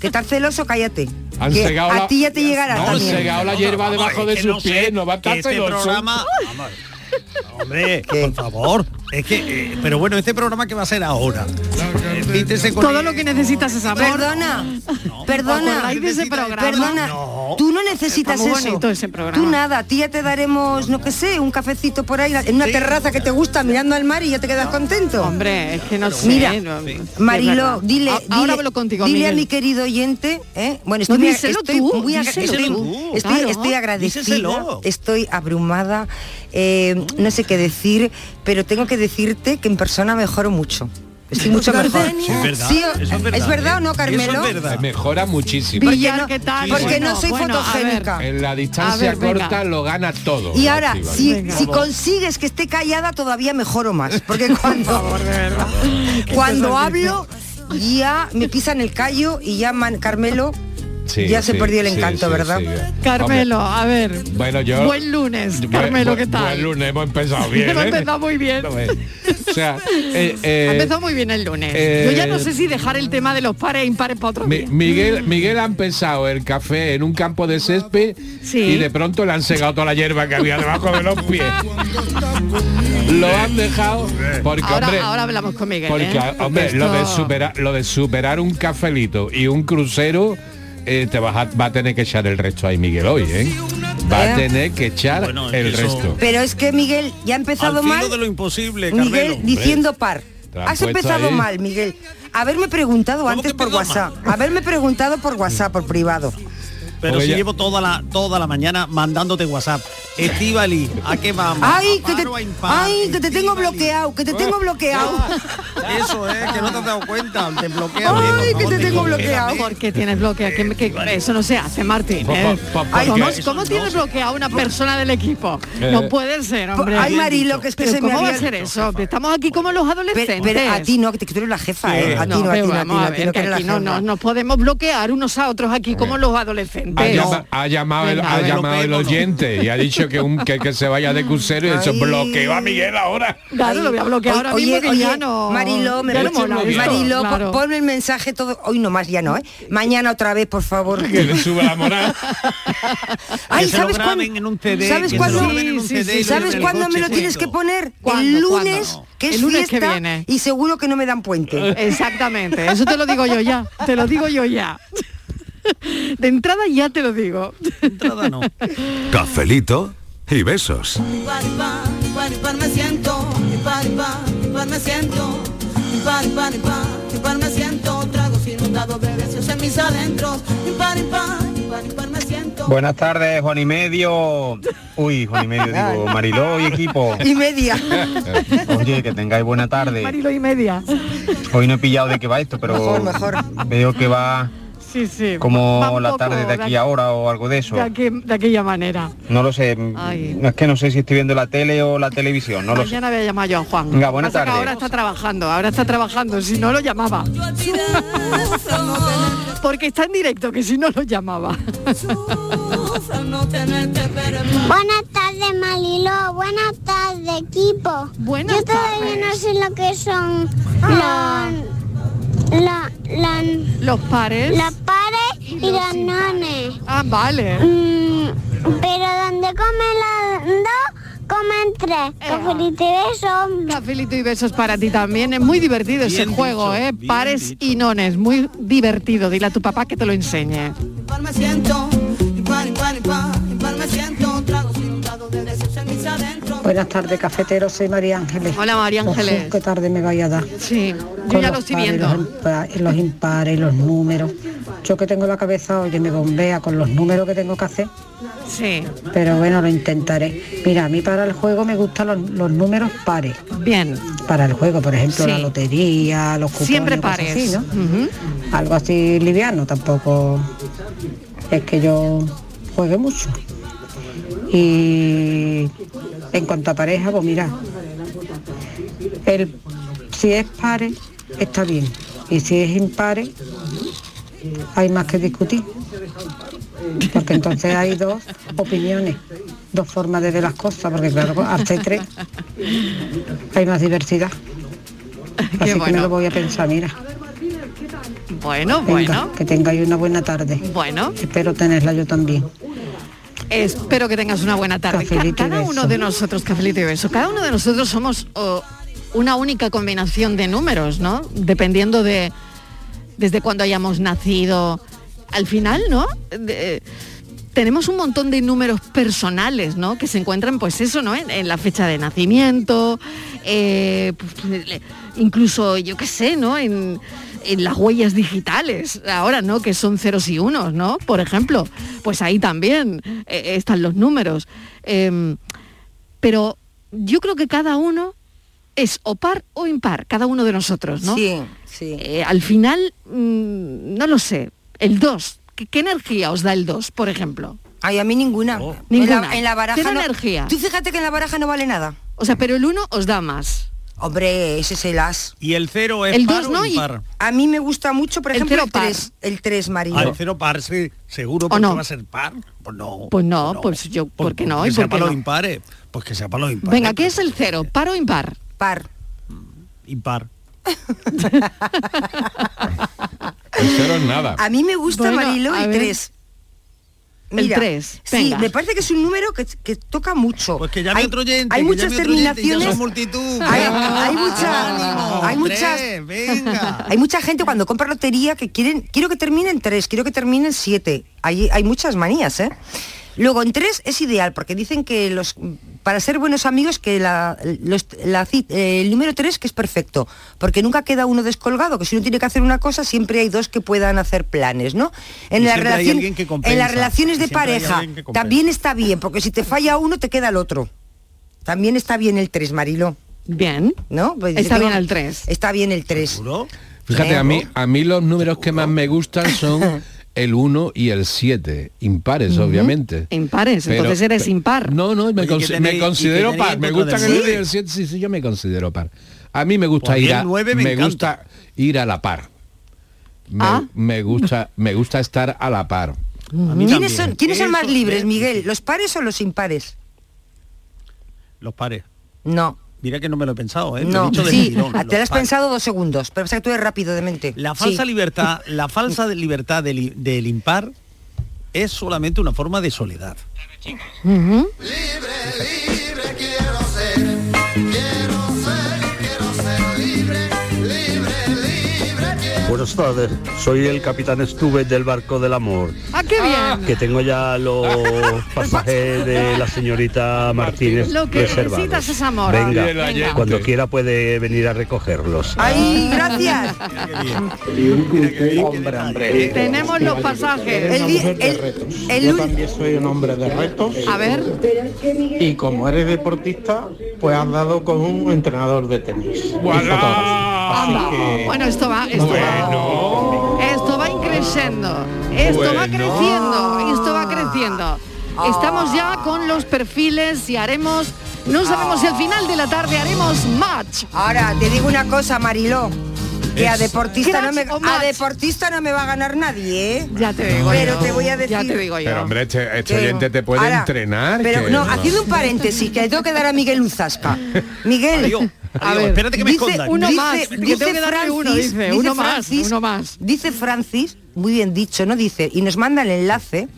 [SPEAKER 15] que estás celoso, cállate.
[SPEAKER 16] Han
[SPEAKER 15] que
[SPEAKER 16] segado
[SPEAKER 15] a
[SPEAKER 16] la-
[SPEAKER 15] ti ya te llegará
[SPEAKER 16] No, han
[SPEAKER 15] también.
[SPEAKER 16] segado la hierba
[SPEAKER 14] Vamos,
[SPEAKER 16] debajo
[SPEAKER 14] es
[SPEAKER 16] de
[SPEAKER 14] que
[SPEAKER 16] sus
[SPEAKER 14] no sé,
[SPEAKER 16] pies, no va a estar
[SPEAKER 14] que este
[SPEAKER 16] celoso.
[SPEAKER 14] programa- Hombre, por favor. Es que, eh, pero bueno, este programa que va a ser ahora. Eh, Vístese con
[SPEAKER 7] Todo lo que necesitas es amor.
[SPEAKER 15] Perdona,
[SPEAKER 7] ¿Os
[SPEAKER 15] perdona,
[SPEAKER 7] acordáis de ese programa?
[SPEAKER 15] perdona, tú no necesitas
[SPEAKER 7] Está muy
[SPEAKER 15] eso.
[SPEAKER 7] bonito ese programa.
[SPEAKER 15] Tú nada, a ti ya te daremos, no que sé, un cafecito por ahí en una terraza que te gusta mirando al mar y ya te quedas contento.
[SPEAKER 7] Hombre, es que no sé.
[SPEAKER 15] Mira,
[SPEAKER 7] no- es verdad.
[SPEAKER 15] Marilo, dile,
[SPEAKER 7] A- Ahora
[SPEAKER 15] dile-
[SPEAKER 7] hablo contigo,
[SPEAKER 15] dile a
[SPEAKER 7] Miguel.
[SPEAKER 15] mi querido oyente, ¿eh? bueno,
[SPEAKER 7] No,
[SPEAKER 15] estoy, muy-
[SPEAKER 7] díselo
[SPEAKER 15] estoy
[SPEAKER 7] tú,
[SPEAKER 15] muy agra-
[SPEAKER 7] díselo
[SPEAKER 15] estoy-
[SPEAKER 7] tú.
[SPEAKER 15] estoy-
[SPEAKER 7] Claro,
[SPEAKER 15] estoy agradecida,
[SPEAKER 7] díselo.
[SPEAKER 15] estoy abrumada, eh, no sé qué decir, pero tengo que decirte que en persona mejoro mucho. Estoy mucho mejor.
[SPEAKER 16] Sí, es verdad,
[SPEAKER 15] Sí,
[SPEAKER 16] eso es verdad,
[SPEAKER 15] ¿es verdad o no,
[SPEAKER 16] ¿eh?
[SPEAKER 15] Carmelo?
[SPEAKER 16] Eso es verdad. Mejora muchísimo.
[SPEAKER 15] Porque Villar, no- ¿qué tal? porque
[SPEAKER 16] Bueno,
[SPEAKER 15] no soy
[SPEAKER 16] bueno, a ver.
[SPEAKER 15] fotogénica.
[SPEAKER 16] En la
[SPEAKER 15] A
[SPEAKER 16] distancia
[SPEAKER 15] ver, venga.
[SPEAKER 16] corta lo gana todo.
[SPEAKER 15] Y ahora,
[SPEAKER 16] Estíbaliz.
[SPEAKER 15] si, si consigues que esté callada, todavía mejoro más. Porque cuando, cuando hablo, ya me pisan el callo y ya man- Carmelo
[SPEAKER 16] Sí,
[SPEAKER 15] ya se
[SPEAKER 16] sí,
[SPEAKER 15] perdió el
[SPEAKER 16] sí,
[SPEAKER 15] encanto,
[SPEAKER 16] sí,
[SPEAKER 15] ¿verdad?
[SPEAKER 16] sí. eh.
[SPEAKER 7] Carmelo, a ver.
[SPEAKER 16] Bueno, yo...
[SPEAKER 7] Buen lunes,
[SPEAKER 16] Buen-
[SPEAKER 7] Carmelo,
[SPEAKER 16] buen-
[SPEAKER 7] ¿qué tal?
[SPEAKER 16] Buen lunes, hemos empezado bien.
[SPEAKER 7] Hemos
[SPEAKER 16] ¿eh?
[SPEAKER 7] empezado muy bien.
[SPEAKER 16] O sea, eh, eh,
[SPEAKER 7] ha empezado muy bien el lunes.
[SPEAKER 16] eh,
[SPEAKER 7] Yo ya no sé si dejar el tema de los pares e impares para otro
[SPEAKER 16] Mi-
[SPEAKER 7] día.
[SPEAKER 16] Miguel, Miguel ha empezado el café en un campo de césped y de pronto le han segado toda la hierba que había debajo de los pies. Lo han dejado porque,
[SPEAKER 7] Ahora,
[SPEAKER 16] hombre,
[SPEAKER 7] ahora hablamos con Miguel.
[SPEAKER 16] porque,
[SPEAKER 7] ¿eh?
[SPEAKER 16] hombre, lo, de
[SPEAKER 7] esto-
[SPEAKER 16] superar, lo de superar un cafelito y un crucero eh, te vas a, va a tener que echar el resto ahí, Miguel, hoy, ¿eh? Va
[SPEAKER 15] Eh.
[SPEAKER 16] a tener que echar el resto.
[SPEAKER 15] Pero es que Miguel ya ha empezado
[SPEAKER 16] Al filo
[SPEAKER 15] mal.
[SPEAKER 16] de lo imposible,
[SPEAKER 15] Miguel
[SPEAKER 16] Carmelo.
[SPEAKER 15] diciendo par.
[SPEAKER 16] Te la han
[SPEAKER 15] Has
[SPEAKER 16] puesto
[SPEAKER 15] empezado
[SPEAKER 16] ahí.
[SPEAKER 15] mal, Miguel. Haberme preguntado antes por WhatsApp. Haberme preguntado por WhatsApp, por privado.
[SPEAKER 14] Pero
[SPEAKER 15] Porque
[SPEAKER 14] si
[SPEAKER 15] ya-
[SPEAKER 14] llevo toda la toda la mañana mandándote WhatsApp. Estivali, ¿a qué vamos?
[SPEAKER 15] Ay,
[SPEAKER 14] ¿A
[SPEAKER 15] que te,
[SPEAKER 14] paro, a impar?
[SPEAKER 15] ay, que te tengo bloqueado, que te
[SPEAKER 16] ¿Eh?
[SPEAKER 15] tengo bloqueado.
[SPEAKER 14] Eso es, que no te has dado cuenta, te bloquea.
[SPEAKER 7] Ay, que
[SPEAKER 14] te tengo bloqueado.
[SPEAKER 7] ¿Por qué tienes bloqueado? ¿Qué- qué- eso no se hace, Martín.
[SPEAKER 14] Po-
[SPEAKER 7] ¿eh?
[SPEAKER 14] po- po-
[SPEAKER 7] Ay, ¿Cómo,
[SPEAKER 14] porque-
[SPEAKER 7] cómo tienes bloqueado a una persona del equipo?
[SPEAKER 15] Eh.
[SPEAKER 7] No puede ser, hombre.
[SPEAKER 15] Ay, Marilo, que es que
[SPEAKER 7] Pero
[SPEAKER 15] se me
[SPEAKER 7] ¿Cómo va
[SPEAKER 15] había-
[SPEAKER 7] a ser eso? Estamos aquí como los adolescentes.
[SPEAKER 15] Pero, pero a ti no, que te- que tú eres la jefa, ¿eh? A ti no, a ti
[SPEAKER 7] pero
[SPEAKER 15] no, a ti
[SPEAKER 7] vamos
[SPEAKER 15] no,
[SPEAKER 7] a
[SPEAKER 15] a ti
[SPEAKER 7] ver,
[SPEAKER 15] no, que
[SPEAKER 7] que
[SPEAKER 15] eres la
[SPEAKER 7] aquí no,
[SPEAKER 15] jefa.
[SPEAKER 7] no, nos podemos bloquear unos a otros aquí como los adolescentes.
[SPEAKER 16] Ha, llama- ha llamado, el,
[SPEAKER 7] Venga,
[SPEAKER 16] ha
[SPEAKER 7] a ver.
[SPEAKER 16] llamado el oyente y ha dicho que, un, que, que se vaya de crucero y eso
[SPEAKER 7] Ay.
[SPEAKER 16] bloqueó a Miguel ahora.
[SPEAKER 7] Claro, lo voy a bloquear
[SPEAKER 15] Oye,
[SPEAKER 7] ahora mismo
[SPEAKER 15] oye,
[SPEAKER 7] que
[SPEAKER 15] oye,
[SPEAKER 7] ya no.
[SPEAKER 15] Marilo, me
[SPEAKER 7] ya no
[SPEAKER 15] parece
[SPEAKER 7] mola
[SPEAKER 15] muy bien.
[SPEAKER 7] esto,
[SPEAKER 15] Marilo, po-
[SPEAKER 7] claro.
[SPEAKER 15] ponme el mensaje todo. Hoy no más, ya no, ¿eh? Mañana otra vez, por favor.
[SPEAKER 16] Que le suba la moral.
[SPEAKER 15] Ay,
[SPEAKER 14] Que se lo
[SPEAKER 15] ¿sabes cuándo?
[SPEAKER 14] graben en un CD,
[SPEAKER 15] ¿Sabes
[SPEAKER 14] que se
[SPEAKER 15] cuándo?
[SPEAKER 14] lo graben en un CD y lo
[SPEAKER 15] ¿Sabes
[SPEAKER 14] lleven en
[SPEAKER 15] cuándo
[SPEAKER 14] el
[SPEAKER 15] me lo
[SPEAKER 14] coche?
[SPEAKER 15] tienes que poner?
[SPEAKER 7] ¿Cuándo,
[SPEAKER 15] el lunes,
[SPEAKER 7] cuándo?
[SPEAKER 15] que es
[SPEAKER 7] El lunes que
[SPEAKER 15] fiesta
[SPEAKER 7] viene.
[SPEAKER 15] y seguro que no me dan puente.
[SPEAKER 7] Exactamente, eso te lo digo yo ya, te lo digo yo ya. De entrada ya te lo digo.
[SPEAKER 18] Cafelito y besos.
[SPEAKER 13] Par, par, par, par me siento, par, par, par me siento, par, par, par, par me siento, tragos inundados de deseos en mis adentros, par, par, par, par me siento.
[SPEAKER 19] Buenas tardes, Juan y medio. Uy, Juan y medio, digo, Mariló y equipo.
[SPEAKER 15] Y media.
[SPEAKER 19] Oye, que tengáis buena tarde.
[SPEAKER 7] Marilo y media.
[SPEAKER 19] Hoy no he pillado de qué va esto, pero
[SPEAKER 7] Mejor, mejor.
[SPEAKER 19] veo que va
[SPEAKER 7] sí, sí. Va
[SPEAKER 19] Como
[SPEAKER 7] un
[SPEAKER 19] la
[SPEAKER 7] poco
[SPEAKER 19] tarde de aquí a ahora o algo de eso.
[SPEAKER 7] De, aquí- de aquella manera.
[SPEAKER 19] No lo sé.
[SPEAKER 7] Ay.
[SPEAKER 19] Es que no sé si estoy viendo la tele o la televisión. No lo sé.
[SPEAKER 7] Mañana voy a llamar yo a Juan.
[SPEAKER 19] Venga, buena
[SPEAKER 7] Pasa que
[SPEAKER 19] tarde.
[SPEAKER 7] Ahora está trabajando, ahora está trabajando, si no lo llamaba. Porque está en directo, que si no lo llamaba.
[SPEAKER 20] Buenas tardes, Malilo. Buenas tardes, equipo. Yo todavía no sé lo que son los...
[SPEAKER 7] Ah. los pares.
[SPEAKER 20] Los pares y, los nones.
[SPEAKER 7] Ah, vale.
[SPEAKER 20] pero donde comen los dos, comen tres. Cafelito y besos.
[SPEAKER 7] Cafelito y besos para ti también. Es muy divertido ese juego, ¿eh? Pares y nones. Muy divertido. Dile a tu papá que te lo enseñe.
[SPEAKER 13] Impar me siento, impar, impar, impar, impar me siento, tragos inundados de deseos en mis adentros.
[SPEAKER 21] Buenas tardes, cafetero. Soy María Ángeles.
[SPEAKER 7] Hola, María Ángeles.
[SPEAKER 21] Uf, qué tarde me vaya a dar.
[SPEAKER 7] Sí, yo ya lo estoy
[SPEAKER 21] Los
[SPEAKER 7] viendo.
[SPEAKER 21] impares, los impares, los números. Yo que tengo la cabeza, oye, me bombea con los números que tengo que hacer.
[SPEAKER 7] Sí.
[SPEAKER 21] Pero bueno, lo intentaré. Mira, a mí para el juego me gustan los, los números pares.
[SPEAKER 7] Bien.
[SPEAKER 21] Para el juego, por ejemplo,
[SPEAKER 7] Sí.
[SPEAKER 21] la lotería, los cupones,
[SPEAKER 7] Siempre
[SPEAKER 21] cosas
[SPEAKER 7] pares.
[SPEAKER 21] así, ¿no?
[SPEAKER 7] Ujú.
[SPEAKER 21] Algo así liviano, tampoco es que yo juegue mucho. Y en cuanto a pareja, pues mira, el, si es pares, está bien. Y si es impares, hay más que discutir. Porque entonces hay dos opiniones, dos formas de ver las cosas, porque claro, hace pues, tres hay más diversidad. Así que me
[SPEAKER 7] bueno.
[SPEAKER 21] lo voy a pensar, mira.
[SPEAKER 7] Bueno,
[SPEAKER 21] Venga,
[SPEAKER 7] bueno.
[SPEAKER 21] Que tengáis una buena tarde.
[SPEAKER 7] Bueno.
[SPEAKER 21] Espero tenerla yo también.
[SPEAKER 7] Espero que tengas una buena tarde. Ca-
[SPEAKER 21] Cafelito y
[SPEAKER 7] cada uno
[SPEAKER 21] beso.
[SPEAKER 7] de nosotros, cafelito y beso, cada uno de nosotros somos oh, una única combinación de números, ¿no? Dependiendo de desde cuándo hayamos nacido. Al final, ¿no? De- tenemos un montón de números personales, ¿no? Que se encuentran, pues eso, ¿no? En, en la fecha de nacimiento, eh, pues, le- incluso, yo qué sé, ¿no? En, en las huellas digitales, ahora, ¿no? Que son ceros y unos, ¿no? Por ejemplo, pues ahí también eh, están los números. Em, pero yo creo que cada uno es o par o impar, cada uno de nosotros, ¿no?
[SPEAKER 15] Sí, sí.
[SPEAKER 7] Eh, al final, mm, no lo sé, el 2, ¿qué, qué energía os da el 2, por ejemplo?
[SPEAKER 15] Ay, a mí ninguna.
[SPEAKER 7] Ninguna.
[SPEAKER 15] En la, en la baraja
[SPEAKER 7] Cero
[SPEAKER 15] no,
[SPEAKER 7] energía.
[SPEAKER 15] Tú fíjate que en la baraja no vale nada.
[SPEAKER 7] O sea, pero el uno os da más.
[SPEAKER 15] Hombre, ese es el as.
[SPEAKER 14] Y el cero es par o impar.
[SPEAKER 15] A mí me gusta mucho, por
[SPEAKER 7] El
[SPEAKER 15] ejemplo,
[SPEAKER 7] cero
[SPEAKER 15] el
[SPEAKER 7] par.
[SPEAKER 15] 3, el 3 marido.
[SPEAKER 14] Ah, el cero par, sí, seguro,
[SPEAKER 7] ¿O
[SPEAKER 14] porque
[SPEAKER 7] no?
[SPEAKER 14] va a ser par. Pues no.
[SPEAKER 7] Pues no, pues yo, ¿por qué no?
[SPEAKER 14] Que
[SPEAKER 7] ¿Y
[SPEAKER 14] sea
[SPEAKER 7] por qué
[SPEAKER 14] para los
[SPEAKER 7] no?
[SPEAKER 14] impares. Pues que sea para los impares.
[SPEAKER 7] Venga, ¿qué es el cero? ¿Par o impar?
[SPEAKER 15] Par.
[SPEAKER 14] Impar.
[SPEAKER 16] El cero es nada.
[SPEAKER 15] A mí me gusta
[SPEAKER 7] Bueno,
[SPEAKER 15] Marilo
[SPEAKER 7] a
[SPEAKER 15] el
[SPEAKER 7] ver.
[SPEAKER 15] 3.
[SPEAKER 7] El tres,
[SPEAKER 15] Sí,
[SPEAKER 7] venga.
[SPEAKER 15] me parece que es un número que, que toca mucho. Pues que
[SPEAKER 14] llame
[SPEAKER 15] hay,
[SPEAKER 14] otro oyente,
[SPEAKER 15] hay
[SPEAKER 14] que
[SPEAKER 15] muchas
[SPEAKER 14] llame otro oyente, ya
[SPEAKER 15] terminaciones.
[SPEAKER 14] son multitud.
[SPEAKER 15] Hay,
[SPEAKER 14] Venga,
[SPEAKER 15] hay
[SPEAKER 14] ánimo,
[SPEAKER 15] mucha, hay muchas,
[SPEAKER 14] tres, venga.
[SPEAKER 15] hay mucha gente cuando compra lotería que quieren, quiero que termine en tres, quiero que termine en siete. Hay, hay muchas manías, ¿eh? Luego en tres es ideal porque dicen que los para ser buenos amigos que la, los- la ci- eh, el número tres que es perfecto porque nunca queda uno descolgado que si uno tiene que hacer una cosa siempre hay dos que puedan hacer planes, ¿no? En
[SPEAKER 14] Y
[SPEAKER 15] la
[SPEAKER 14] siempre hay
[SPEAKER 15] relación,
[SPEAKER 14] alguien que compensa,
[SPEAKER 15] en las relaciones de
[SPEAKER 14] siempre hay
[SPEAKER 15] pareja
[SPEAKER 14] alguien que compensa.
[SPEAKER 15] también está bien porque si te falla uno te queda el otro. También está bien el 3, Marilo.
[SPEAKER 7] Bien.
[SPEAKER 15] ¿No? Pues
[SPEAKER 7] Está
[SPEAKER 15] yo
[SPEAKER 7] bien el 3.
[SPEAKER 15] Está bien el 3.
[SPEAKER 16] Fíjate, a mí, a mí los números que más me gustan son el 1 y el 7, impares,
[SPEAKER 7] Ujú.
[SPEAKER 16] obviamente.
[SPEAKER 7] Impares,
[SPEAKER 16] Pero-
[SPEAKER 7] entonces eres
[SPEAKER 16] pe-
[SPEAKER 7] impar.
[SPEAKER 16] No, no, me, consi- me considero par, me gusta que el 1 y el 7, sí, sí, yo me considero par. A mí me gusta
[SPEAKER 14] Pues a mí
[SPEAKER 16] ir a
[SPEAKER 14] el nueve me
[SPEAKER 16] me
[SPEAKER 14] encanta.
[SPEAKER 16] gusta ir a la par. Me,
[SPEAKER 15] Ah.
[SPEAKER 16] me gusta me gusta estar a la par.
[SPEAKER 15] ¿Quiénes son, quiénes son más libres, Miguel? ¿Los pares o los impares?
[SPEAKER 14] Los pares.
[SPEAKER 15] No.
[SPEAKER 14] Mira que no me lo he pensado, ¿eh? Te he
[SPEAKER 15] No,
[SPEAKER 14] dicho de
[SPEAKER 15] sí,
[SPEAKER 14] tirón,
[SPEAKER 15] ah, te lo
[SPEAKER 14] los
[SPEAKER 15] has
[SPEAKER 14] pares.
[SPEAKER 15] pensado dos segundos, pero pasa que tú eres rápido de mente.
[SPEAKER 14] La falsa
[SPEAKER 15] Sí.
[SPEAKER 14] libertad, la falsa de libertad del, i- del impar es solamente una forma de soledad.
[SPEAKER 22] Buenas tardes, soy el capitán Estuve del barco del amor.
[SPEAKER 7] ¡Ah, qué bien!
[SPEAKER 22] Que tengo ya los pasajes de la señorita Martínez
[SPEAKER 7] Lo que
[SPEAKER 22] reservados.
[SPEAKER 7] necesitas es amor.
[SPEAKER 22] Venga,
[SPEAKER 7] Bien, Venga.
[SPEAKER 22] cuando quiera puede venir a recogerlos.
[SPEAKER 15] ¡Ay, gracias!
[SPEAKER 17] Hombre, hombre.
[SPEAKER 7] Tenemos los pasajes.
[SPEAKER 17] Eres una mujer de retos. Yo también soy un hombre de retos.
[SPEAKER 7] A ver.
[SPEAKER 17] Y como eres deportista, pues has dado con un entrenador de tenis. Y fotógrafo. Así que-
[SPEAKER 7] Bueno, esto va, esto va. Esto va crescendo, esto va
[SPEAKER 16] Bueno.
[SPEAKER 7] creciendo, esto va creciendo. Estamos ya con los perfiles y haremos, no sabemos si al final de la tarde haremos match.
[SPEAKER 15] Ahora, te digo una cosa, Mariló. Que a
[SPEAKER 7] Es-
[SPEAKER 15] deportista, no me,
[SPEAKER 7] Crash o
[SPEAKER 15] a
[SPEAKER 7] match.
[SPEAKER 15] deportista no me va a ganar nadie, ¿eh?
[SPEAKER 7] Ya te digo
[SPEAKER 15] Pero
[SPEAKER 7] yo,
[SPEAKER 15] te voy a decir...
[SPEAKER 7] ya te digo yo.
[SPEAKER 16] Pero hombre, este, este
[SPEAKER 15] Eh,
[SPEAKER 16] oyente te puede
[SPEAKER 15] ahora,
[SPEAKER 16] entrenar.
[SPEAKER 15] Pero
[SPEAKER 16] que-
[SPEAKER 15] no, haciendo un paréntesis, que le tengo que dar a Miguel Luzaspa. Miguel,
[SPEAKER 16] Adiós,
[SPEAKER 15] a
[SPEAKER 16] adiós, espérate que me
[SPEAKER 15] dice-
[SPEAKER 16] escondan. Uno más, que tengo
[SPEAKER 15] dice
[SPEAKER 7] que darle uno,
[SPEAKER 15] Francis-
[SPEAKER 7] dice, uno más,
[SPEAKER 15] Francis- Dice Francis, muy bien dicho, ¿no? Dice, y nos manda el enlace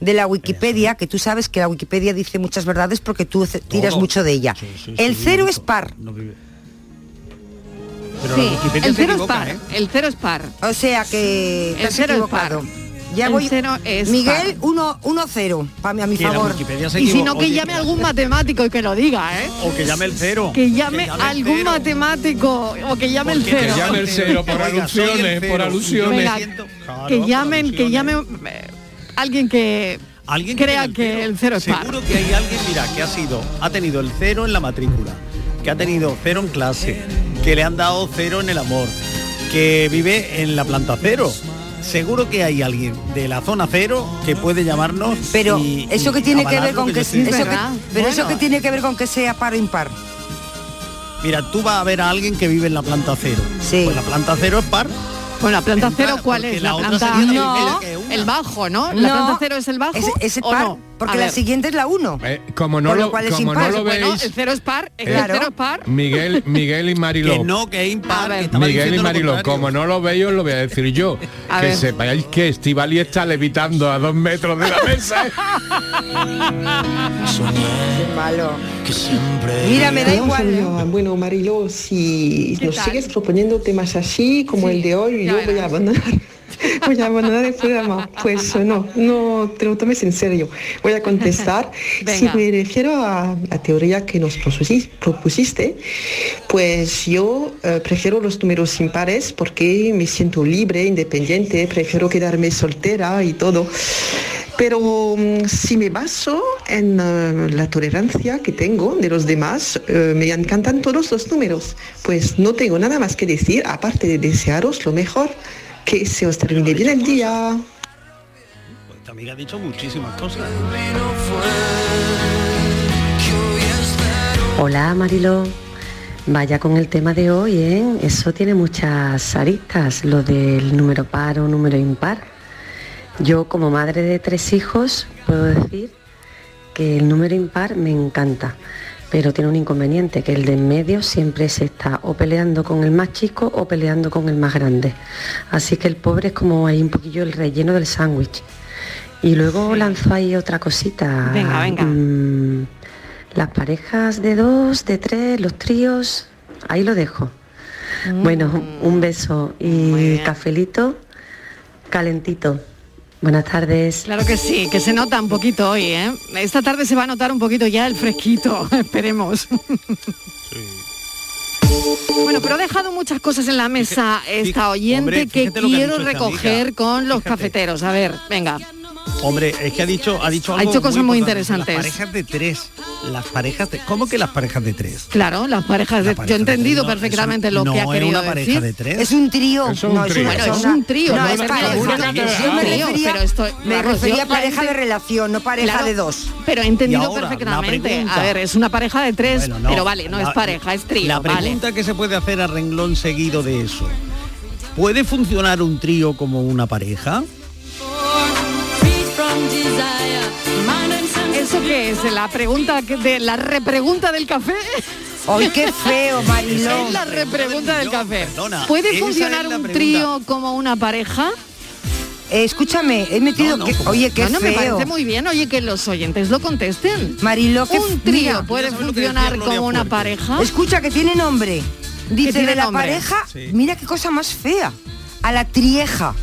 [SPEAKER 15] de la Wikipedia, que tú sabes que la Wikipedia dice muchas verdades porque tú ce- tiras
[SPEAKER 14] Todo.
[SPEAKER 15] mucho de ella.
[SPEAKER 14] sí,
[SPEAKER 15] el
[SPEAKER 14] sí,
[SPEAKER 15] cero es par.
[SPEAKER 14] Pero la Wikipedia
[SPEAKER 7] el
[SPEAKER 14] se
[SPEAKER 7] cero es
[SPEAKER 14] equivoca,
[SPEAKER 7] par,
[SPEAKER 14] ¿eh?
[SPEAKER 7] el cero es par.
[SPEAKER 15] O sea que te
[SPEAKER 7] el
[SPEAKER 15] has
[SPEAKER 7] cero es par.
[SPEAKER 15] equivocado. Ya
[SPEAKER 7] El
[SPEAKER 15] voy.
[SPEAKER 7] cero es
[SPEAKER 15] Miguel
[SPEAKER 7] par.
[SPEAKER 15] 1 1-0, pa- a mi
[SPEAKER 14] Que la
[SPEAKER 15] favor.
[SPEAKER 14] Wikipedia se
[SPEAKER 7] Y si no,
[SPEAKER 14] equivoca.
[SPEAKER 7] que
[SPEAKER 14] Oye,
[SPEAKER 7] llame algún matemático y que lo diga, ¿eh?
[SPEAKER 14] O que llame el cero.
[SPEAKER 7] Que llame
[SPEAKER 14] el
[SPEAKER 7] algún
[SPEAKER 14] cero.
[SPEAKER 7] matemático o que llame el
[SPEAKER 14] Porque que
[SPEAKER 7] cero.
[SPEAKER 14] llame el cero
[SPEAKER 16] por
[SPEAKER 14] Oiga, soy el
[SPEAKER 16] alusiones,
[SPEAKER 14] cero.
[SPEAKER 16] por alusiones.
[SPEAKER 7] Venga, que llamen, que llame eh, alguien que
[SPEAKER 14] Alguien
[SPEAKER 7] crea que, el cero es par.
[SPEAKER 14] Seguro que hay alguien, mira, que ha sido, ha tenido el cero en la matrícula, que ha tenido cero en clase, que le han dado cero en el amor, que vive en la planta cero. Seguro que hay alguien de la zona cero que puede llamarnos.
[SPEAKER 15] Pero
[SPEAKER 14] y-
[SPEAKER 15] eso
[SPEAKER 14] y
[SPEAKER 15] que tiene que
[SPEAKER 14] avalar
[SPEAKER 15] ver
[SPEAKER 14] lo
[SPEAKER 15] con que,
[SPEAKER 14] yo estoy
[SPEAKER 15] eso que-
[SPEAKER 14] diciendo.
[SPEAKER 15] pero eso que
[SPEAKER 14] Bueno,
[SPEAKER 15] tiene que ver con que sea par o impar.
[SPEAKER 14] Mira, tú vas a ver a alguien que vive en la planta cero. Pues la planta cero es par.
[SPEAKER 7] Bueno, la planta cero cuál
[SPEAKER 14] porque
[SPEAKER 7] es?
[SPEAKER 14] la
[SPEAKER 7] La,
[SPEAKER 14] otra
[SPEAKER 7] planta
[SPEAKER 14] sería la primera
[SPEAKER 7] no,
[SPEAKER 14] que
[SPEAKER 7] el bajo, ¿no?
[SPEAKER 15] No,
[SPEAKER 7] La planta cero es el bajo.
[SPEAKER 15] Es, es
[SPEAKER 7] ¿o
[SPEAKER 15] par,
[SPEAKER 7] no?
[SPEAKER 15] porque
[SPEAKER 7] A
[SPEAKER 15] la
[SPEAKER 7] ver.
[SPEAKER 15] siguiente es la 1.
[SPEAKER 7] Eh,
[SPEAKER 16] como no
[SPEAKER 15] Con lo
[SPEAKER 16] lo,
[SPEAKER 15] cual es
[SPEAKER 16] como no
[SPEAKER 15] impar.
[SPEAKER 16] lo
[SPEAKER 7] Bueno,
[SPEAKER 16] veis,
[SPEAKER 7] el cero es par, es que
[SPEAKER 16] Claro.
[SPEAKER 7] el cero es par.
[SPEAKER 16] Miguel, Miguel y Mariló.
[SPEAKER 14] Que no, que es impar. que estaba
[SPEAKER 16] Miguel y
[SPEAKER 14] diciendo lo
[SPEAKER 16] Mariló,
[SPEAKER 14] contrario.
[SPEAKER 16] como no lo veis, os lo voy a decir yo.
[SPEAKER 14] A
[SPEAKER 16] que
[SPEAKER 14] ver.
[SPEAKER 16] sepáis que Estivali está levitando a dos metros de la mesa.
[SPEAKER 15] malo.
[SPEAKER 23] Mira, me da
[SPEAKER 24] Hola,
[SPEAKER 23] igual. ¿eh? Sonia. Bueno, Marilo, si ¿Qué nos tal? sigues proponiendo temas así como el de hoy, yo voy a abandonar. Voy a abandonar el programa. Pues eh, no, no te lo tomes en serio. Voy a contestar. si
[SPEAKER 25] Venga.
[SPEAKER 23] me refiero a la teoría que nos propusi- propusiste, pues yo eh, prefiero los números impares porque me siento libre, independiente, prefiero quedarme soltera y todo. Pero mm, si me baso en eh, la tolerancia que tengo de los demás, eh, me encantan todos los números. Pues no tengo nada más que decir, aparte de desearos lo mejor, que se os termine bien el día.
[SPEAKER 14] Esta amiga ha dicho muchísimas cosas.
[SPEAKER 25] Hola Marilo, vaya con el tema de hoy, ¿eh? Eso tiene muchas aristas, lo del número par o número impar. Yo como madre de tres hijos puedo decir que el número impar me encanta, pero tiene un inconveniente, que el de en medio siempre se está o peleando con el más chico o peleando con el más grande. Así que el pobre es como ahí un poquillo el relleno del sándwich. Y luego lanzo ahí otra cosita.
[SPEAKER 7] Venga, venga.
[SPEAKER 25] Mm, las parejas de dos, de tres, los tríos, ahí lo dejo. Bueno,
[SPEAKER 7] Mm.
[SPEAKER 25] un beso y cafelito calentito. Buenas tardes.
[SPEAKER 7] Claro que sí, que se nota un poquito hoy, ¿eh? Esta tarde se va a notar un poquito ya el fresquito, esperemos. Bueno, pero ha dejado muchas cosas en la mesa esta oyente
[SPEAKER 14] hombre,
[SPEAKER 7] que
[SPEAKER 14] fíjate lo que ha
[SPEAKER 7] quiero
[SPEAKER 14] dicho esta
[SPEAKER 7] recoger con los cafeteros. A ver, venga.
[SPEAKER 14] Hombre, es que ha dicho, ha dicho
[SPEAKER 7] Ha
[SPEAKER 14] algo
[SPEAKER 7] dicho cosas muy
[SPEAKER 14] importante.
[SPEAKER 7] interesantes.
[SPEAKER 14] Las parejas de tres. Las parejas de, ¿Cómo que las parejas de tres?
[SPEAKER 7] Claro, las parejas de... Yo he entendido perfectamente lo que ha
[SPEAKER 14] No es
[SPEAKER 7] querido
[SPEAKER 14] una pareja
[SPEAKER 7] decir.
[SPEAKER 14] de tres.
[SPEAKER 15] Es un trío.
[SPEAKER 14] Es un
[SPEAKER 15] no, Es una
[SPEAKER 14] trío. Bueno,
[SPEAKER 7] es
[SPEAKER 15] persona.
[SPEAKER 7] un trío,
[SPEAKER 15] No,
[SPEAKER 7] no
[SPEAKER 15] es
[SPEAKER 7] es
[SPEAKER 15] pareja.
[SPEAKER 7] una
[SPEAKER 15] Yo-
[SPEAKER 7] pareja.
[SPEAKER 15] Yo me
[SPEAKER 7] Trío,
[SPEAKER 15] refería,
[SPEAKER 7] pero esto-
[SPEAKER 15] me
[SPEAKER 7] vamos,
[SPEAKER 15] refería
[SPEAKER 7] yo-
[SPEAKER 15] a pareja
[SPEAKER 7] la-
[SPEAKER 15] de relación, no pareja
[SPEAKER 7] Claro,
[SPEAKER 15] de dos.
[SPEAKER 7] Pero he entendido
[SPEAKER 15] Y ahora, la
[SPEAKER 7] perfectamente.
[SPEAKER 15] pregunta.
[SPEAKER 7] A ver, es una pareja de tres,
[SPEAKER 14] Bueno, no,
[SPEAKER 7] pero vale, no
[SPEAKER 14] la-
[SPEAKER 7] es pareja, es trío.
[SPEAKER 14] La
[SPEAKER 7] vale.
[SPEAKER 14] pregunta que se puede hacer a renglón seguido de eso. ¿Puede funcionar un trío como una pareja?
[SPEAKER 7] ¿Eso qué es? ¿La pregunta que- de la repregunta del café?
[SPEAKER 15] Hoy qué feo, Mariló.
[SPEAKER 7] Es la repregunta del café.
[SPEAKER 15] perdona,
[SPEAKER 7] ¿Puede
[SPEAKER 15] esa
[SPEAKER 7] funcionar
[SPEAKER 15] es la
[SPEAKER 7] un
[SPEAKER 15] pregunta.
[SPEAKER 7] trío como una pareja?
[SPEAKER 15] Eh, escúchame, he metido que, oye qué
[SPEAKER 7] no, no, me
[SPEAKER 15] feo.
[SPEAKER 7] parece muy bien, oye, que los oyentes lo contesten.
[SPEAKER 15] Marilo, qué
[SPEAKER 7] ¿Un
[SPEAKER 15] f-
[SPEAKER 7] trío
[SPEAKER 15] mira,
[SPEAKER 7] puede
[SPEAKER 15] mira, ¿sabes lo que decía
[SPEAKER 7] funcionar
[SPEAKER 15] Gloria
[SPEAKER 7] como una
[SPEAKER 15] Fuerte?
[SPEAKER 7] pareja?
[SPEAKER 15] Escucha que tiene nombre.
[SPEAKER 7] ¿Que
[SPEAKER 15] Dice
[SPEAKER 7] tiene
[SPEAKER 15] de la
[SPEAKER 7] nombre?
[SPEAKER 15] pareja,
[SPEAKER 7] Sí.
[SPEAKER 15] mira qué cosa más fea. A la trieja.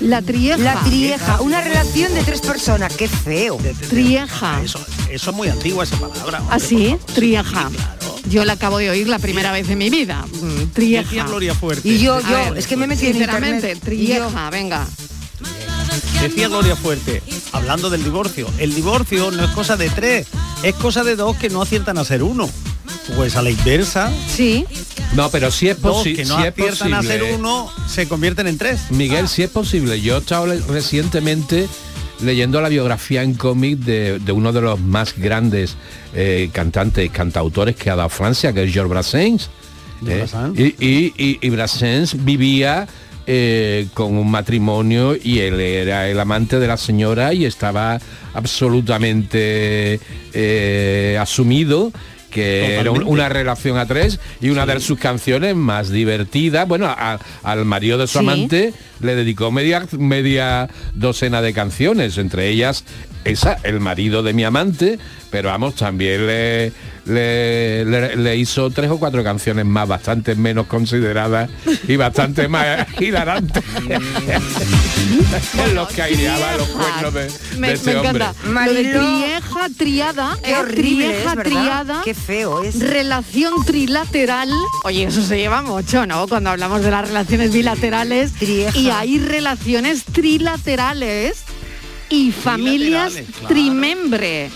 [SPEAKER 7] La trieja.
[SPEAKER 15] La trieja, una relación de tres personas, qué feo.
[SPEAKER 7] Trieja.
[SPEAKER 14] Eso, eso es muy antigua esa
[SPEAKER 7] Ah,
[SPEAKER 14] palabra.
[SPEAKER 7] Así, trieja. Yo la acabo de oír la primera vez en mi vida. Mm, Trieja.
[SPEAKER 14] Decía Gloria Fuerte.
[SPEAKER 15] Y yo,
[SPEAKER 14] A
[SPEAKER 15] yo,
[SPEAKER 14] ver,
[SPEAKER 15] es que me he metido en
[SPEAKER 7] Sinceramente,
[SPEAKER 15] internet. Y yo-
[SPEAKER 7] trieja, venga.
[SPEAKER 14] Decía Gloria Fuerte, hablando del divorcio, el divorcio no es cosa de tres, es cosa de dos que no aciertan a ser uno. Pues a la inversa.
[SPEAKER 7] Sí.
[SPEAKER 16] No, pero si es
[SPEAKER 14] Dos
[SPEAKER 16] posible.
[SPEAKER 14] que no
[SPEAKER 16] si es
[SPEAKER 14] aciertan a hacer
[SPEAKER 16] posible-
[SPEAKER 14] uno, se convierten en tres.
[SPEAKER 16] Miguel, si es posible. Yo he estado le- recientemente leyendo la biografía en cómic de, de uno de los más grandes eh, cantantes, cantautores que ha dado Francia, que es Georges Brassens.
[SPEAKER 14] Georges
[SPEAKER 16] Eh, y, y- y- y Brassens vivía eh, con un matrimonio y él era el amante de la señora y estaba absolutamente eh, asumido que era un-
[SPEAKER 14] Totalmente.
[SPEAKER 16] una relación a tres y una de sus canciones más divertidas, bueno, a- al marido de su
[SPEAKER 10] Sí.
[SPEAKER 16] amante le dedicó media, media docena de canciones, entre ellas esa, El marido de mi amante, pero vamos, también le, le, le- le hizo tres o cuatro canciones más, bastante menos consideradas y bastante más hilarantes. los que aireaba los cuernos de, de
[SPEAKER 7] Mm. Me,
[SPEAKER 16] este
[SPEAKER 7] me encanta.
[SPEAKER 16] hombre.
[SPEAKER 7] Lo de
[SPEAKER 15] Marilo.
[SPEAKER 7] trieja triada,
[SPEAKER 15] Qué
[SPEAKER 7] es
[SPEAKER 15] horrible,
[SPEAKER 7] trieja
[SPEAKER 15] es verdad.
[SPEAKER 7] triada.
[SPEAKER 15] Qué feo es.
[SPEAKER 7] Relación trilateral. Oye, eso se lleva mucho, ¿no? Cuando hablamos de las relaciones bilaterales. Y hay relaciones trilaterales y familias
[SPEAKER 2] claro.
[SPEAKER 7] trimembre,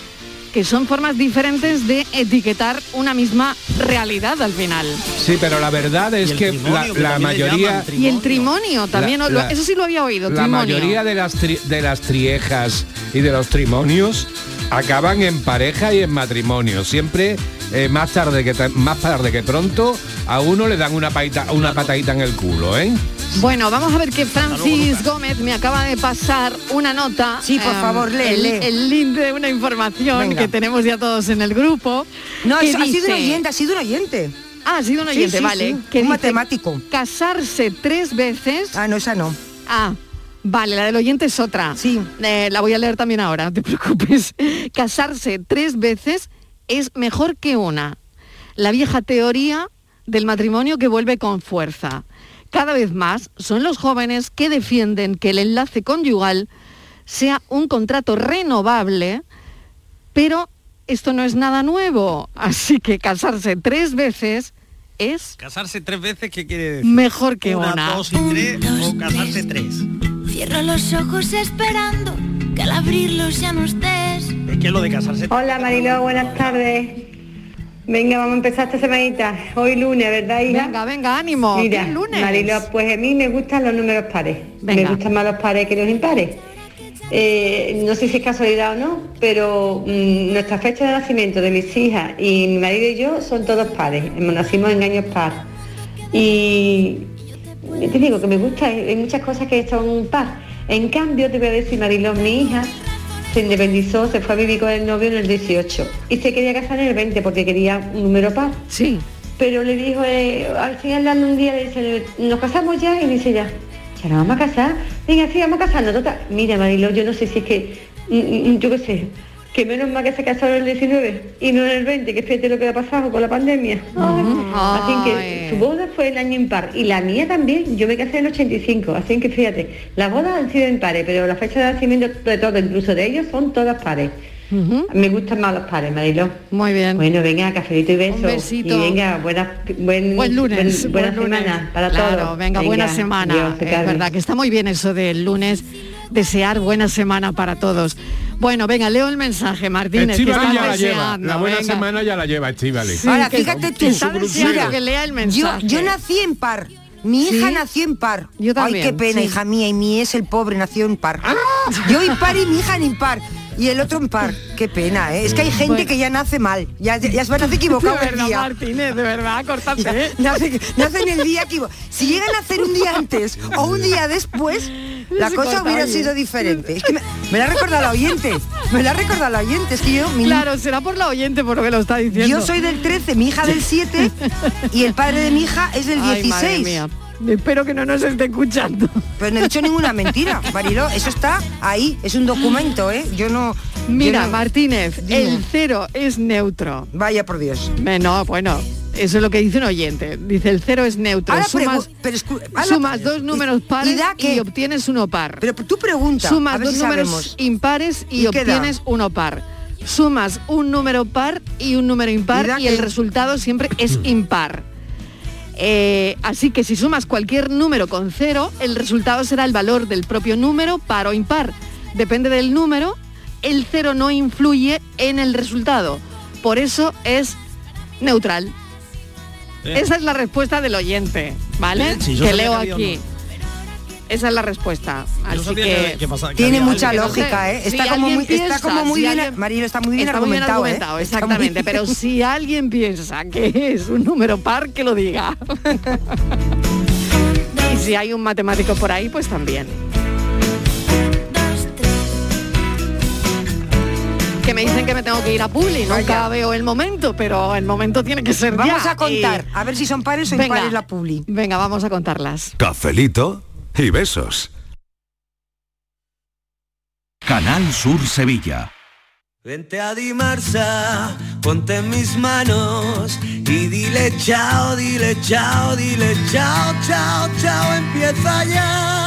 [SPEAKER 7] que son formas diferentes de etiquetar una misma realidad al final.
[SPEAKER 16] Sí, pero la verdad es que la, la mayoría...
[SPEAKER 7] Y el trimonio también,
[SPEAKER 16] La-
[SPEAKER 7] o lo-
[SPEAKER 16] la-
[SPEAKER 7] eso sí lo había oído,
[SPEAKER 16] La
[SPEAKER 7] trimonio.
[SPEAKER 16] mayoría de las, tri- de las triejas y de los trimonios acaban en pareja y en matrimonio. Siempre eh, más, tarde que ta- más tarde que pronto a uno le dan una, paita, una patadita en el culo, ¿eh?
[SPEAKER 7] Bueno, vamos a ver que Francis Gómez me acaba de pasar una nota. Sí,
[SPEAKER 15] por favor, lee,
[SPEAKER 7] El,
[SPEAKER 15] lee.
[SPEAKER 7] el link de una información
[SPEAKER 15] Venga.
[SPEAKER 7] que tenemos ya todos en el grupo.
[SPEAKER 15] No,
[SPEAKER 7] que
[SPEAKER 15] eso ha sido un
[SPEAKER 7] dice-
[SPEAKER 15] oyente, ha sido un oyente.
[SPEAKER 7] Ah, ha sido un
[SPEAKER 15] Sí,
[SPEAKER 7] oyente,
[SPEAKER 15] sí,
[SPEAKER 7] vale.
[SPEAKER 15] sí,
[SPEAKER 7] que
[SPEAKER 15] un
[SPEAKER 7] dice,
[SPEAKER 15] matemático.
[SPEAKER 7] Casarse tres veces.
[SPEAKER 15] Ah, no, esa no.
[SPEAKER 7] Ah, vale, la del oyente es otra. Sí. la voy a leer también ahora, no te preocupes. Casarse tres veces es mejor que una. La vieja teoría del matrimonio que vuelve con fuerza. Cada vez más son los jóvenes que defienden que el enlace conyugal sea un contrato renovable pero esto no es nada nuevo, así que casarse tres veces es
[SPEAKER 14] Casarse tres veces, ¿qué quiere decir?
[SPEAKER 7] mejor que una.
[SPEAKER 14] dos y tres, o casarse tres.
[SPEAKER 24] Cierro los ojos esperando que al abrirlos ya no estés.
[SPEAKER 14] Es que lo de casarse
[SPEAKER 24] Hola Mariló, buenas tardes. Venga, vamos a empezar esta semanita. Hoy lunes, ¿verdad, hija?
[SPEAKER 7] Venga, venga, ánimo.
[SPEAKER 24] Mira,
[SPEAKER 7] que es lunes.
[SPEAKER 24] Mariló, pues a mí me gustan los números pares.
[SPEAKER 7] Venga.
[SPEAKER 24] Me gustan más los pares que los impares. Eh, no sé si es casualidad o no, pero mm, nuestra fecha de nacimiento de mis hijas y mi marido y yo son todos pares. Nacimos en años par. Y te digo que me gusta, hay hay muchas cosas que son par. En cambio, te voy a decir, Mariló, mi hija se independizó, se fue a vivir con el novio en el 18 y se quería casar en el 20 porque quería un número par.
[SPEAKER 7] Sí.
[SPEAKER 24] Pero le dijo, eh, al final dando un día le dice, nos casamos ya y dice ya, ya nos vamos a casar, venga, sí, vamos a casarnos. total". Mira, Marilo, yo no sé si es que, mm, mm, yo qué sé, que menos mal que se casaron en el 19 y no en el 20, que fíjate lo que ha pasado con la pandemia. Ay. Así que su boda fue el año impar y la mía también, yo me casé en el 85, así que fíjate, las bodas han sido impares, pero la fecha de nacimiento de todos, incluso de ellos, son todas pares. Me gustan más los pares, Marilo.
[SPEAKER 7] Muy bien.
[SPEAKER 24] Bueno, venga, cafelito y beso.
[SPEAKER 7] Un besito.
[SPEAKER 24] Y venga, buenas, buen,
[SPEAKER 7] Buen lunes,
[SPEAKER 24] buen- buena
[SPEAKER 7] buen lunes.
[SPEAKER 24] semana para
[SPEAKER 7] Claro,
[SPEAKER 24] todos.
[SPEAKER 7] Venga, buena semana.
[SPEAKER 24] adiós, te
[SPEAKER 7] es
[SPEAKER 24] cargue.
[SPEAKER 7] verdad que está muy bien eso del lunes, desear buena semana para todos. Bueno, venga, leo el mensaje, Martínez. que
[SPEAKER 16] Estíbaliz ya
[SPEAKER 7] está
[SPEAKER 16] la lleva.
[SPEAKER 7] deseando,
[SPEAKER 16] La buena
[SPEAKER 7] venga.
[SPEAKER 16] semana ya la lleva Estíbaliz.
[SPEAKER 7] Sí,
[SPEAKER 15] Ahora,
[SPEAKER 7] que-
[SPEAKER 15] fíjate
[SPEAKER 7] que
[SPEAKER 15] tú.
[SPEAKER 7] está deseando que lea el
[SPEAKER 15] yo,
[SPEAKER 7] mensaje.
[SPEAKER 15] yo nací en par. Mi hija nació en par. Yo
[SPEAKER 7] también,
[SPEAKER 15] Ay, qué pena,
[SPEAKER 7] sí. Ah.
[SPEAKER 15] hija mía. Y mi es el pobre, nació en par. Yo en par y mi hija en impar. Y el otro en par. Qué pena, ¿eh? Es que hay gente
[SPEAKER 7] Bueno.
[SPEAKER 15] que ya nace mal. Ya, ya, ya se nace equivocado
[SPEAKER 7] De
[SPEAKER 15] el
[SPEAKER 7] verdad,
[SPEAKER 15] día.
[SPEAKER 7] Martínez, de verdad, cortate.
[SPEAKER 15] Ya, nace, nace en el día equivocado. Si llegan a hacer un día antes o un día después, la
[SPEAKER 7] Se
[SPEAKER 15] cosa
[SPEAKER 7] corta
[SPEAKER 15] hubiera
[SPEAKER 7] bien.
[SPEAKER 15] sido diferente. Es que me, me la ha recordado la oyente. Me la ha recordado la oyente. Es que yo... mi-
[SPEAKER 7] Claro, será por la oyente por lo que lo está diciendo.
[SPEAKER 15] yo soy del 13, mi hija del 7 y el padre de mi hija es del 16.
[SPEAKER 7] Ay, madre mía. Espero que no nos esté escuchando.
[SPEAKER 15] Pero no he dicho ninguna mentira, Mariló. Eso está ahí, es un documento, ¿eh? Yo no...
[SPEAKER 7] Mira,
[SPEAKER 15] yo no-
[SPEAKER 7] Martínez,
[SPEAKER 15] Dime.
[SPEAKER 7] el cero es neutro.
[SPEAKER 15] Vaya por Dios.
[SPEAKER 7] No, bueno, eso es lo que dice un oyente. Dice el cero es neutro.
[SPEAKER 15] Ahora
[SPEAKER 7] sumas,
[SPEAKER 15] pregu- pero escu- ahora-
[SPEAKER 7] sumas dos números pares y,
[SPEAKER 15] da qué?
[SPEAKER 7] obtienes uno par.
[SPEAKER 15] Pero tú pregunta,
[SPEAKER 7] Sumas
[SPEAKER 15] a ver
[SPEAKER 7] dos
[SPEAKER 15] si
[SPEAKER 7] números
[SPEAKER 15] sabemos.
[SPEAKER 7] impares y,
[SPEAKER 15] ¿Y qué da?
[SPEAKER 7] obtienes uno par. Sumas un número par y un número impar
[SPEAKER 15] ¿Y da
[SPEAKER 7] y, el
[SPEAKER 15] qué?
[SPEAKER 7] resultado siempre es impar. Eh, así que si sumas cualquier número con cero, el resultado será el valor del propio número, par o impar. Depende del número, el cero no influye en el resultado. Por eso es neutral. Esa es la respuesta del oyente, ¿vale?
[SPEAKER 14] Eh, sí, yo
[SPEAKER 7] que
[SPEAKER 14] sabía
[SPEAKER 7] leo
[SPEAKER 14] que había
[SPEAKER 7] aquí. Esa es la respuesta. Así
[SPEAKER 14] sabía
[SPEAKER 7] que,
[SPEAKER 14] que- que pasaba- que
[SPEAKER 15] Tiene
[SPEAKER 14] había
[SPEAKER 15] mucha
[SPEAKER 14] alguien que-
[SPEAKER 15] lógica, ¿eh? Está como
[SPEAKER 7] alguien
[SPEAKER 15] muy- está como muy
[SPEAKER 7] si
[SPEAKER 15] bien- Marilo, está muy bien argumentado, ¿eh? Está muy
[SPEAKER 7] exactamente.
[SPEAKER 15] bien.
[SPEAKER 7] Pero si alguien piensa que es un número par, que lo diga. y si hay un matemático por ahí, pues también. Que me dicen que me tengo que ir a Publi, nunca veo el momento, pero el momento tiene que ser
[SPEAKER 15] Vamos
[SPEAKER 7] ya,
[SPEAKER 15] a contar,
[SPEAKER 7] y-
[SPEAKER 15] a ver si son pares o
[SPEAKER 7] Venga.
[SPEAKER 15] impares la Publi.
[SPEAKER 7] Venga, vamos a contarlas.
[SPEAKER 8] Cafelito y besos. Canal Sur Sevilla.
[SPEAKER 10] Vente a Dimarsa, ponte en mis manos y dile chao, dile chao, dile chao, chao, chao, empieza ya.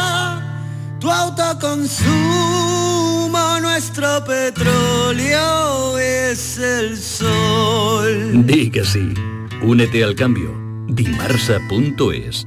[SPEAKER 10] Tu autoconsumo, nuestro petróleo es el sol.
[SPEAKER 2] Di que sí. Únete al cambio. Dimarsa.es.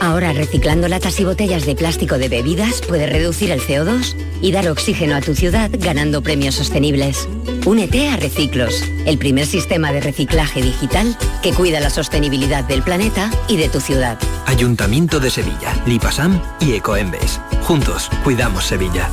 [SPEAKER 26] Ahora, reciclando latas y botellas de plástico de bebidas, puedes reducir el CO2 y dar oxígeno a tu ciudad ganando premios sostenibles. Únete a Reciclos, el primer sistema de reciclaje digital que cuida la sostenibilidad del planeta y de tu ciudad.
[SPEAKER 27] Ayuntamiento de Sevilla, Lipasam y Ecoembes. Juntos, cuidamos Sevilla.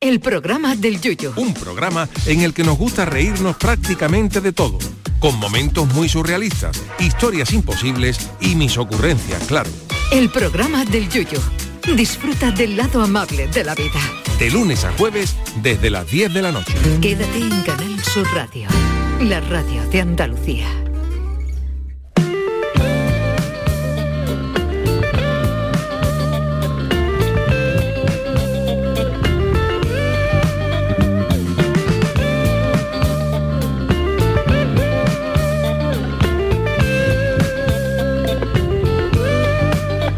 [SPEAKER 28] El programa del Yuyo.
[SPEAKER 29] Un programa en el que nos gusta reírnos prácticamente de todo, con momentos muy surrealistas, historias imposibles y mis ocurrencias, claro.
[SPEAKER 28] El programa del Yuyo. Disfruta del lado amable de la vida.
[SPEAKER 29] De lunes a jueves desde las 10 de la noche.
[SPEAKER 28] Quédate en Canal Sur Radio, la radio de Andalucía.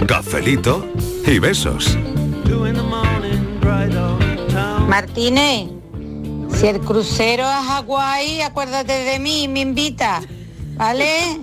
[SPEAKER 8] Cafelito y besos.
[SPEAKER 4] Martínez, si el crucero a Hawái, acuérdate de mí, me invita, ¿vale?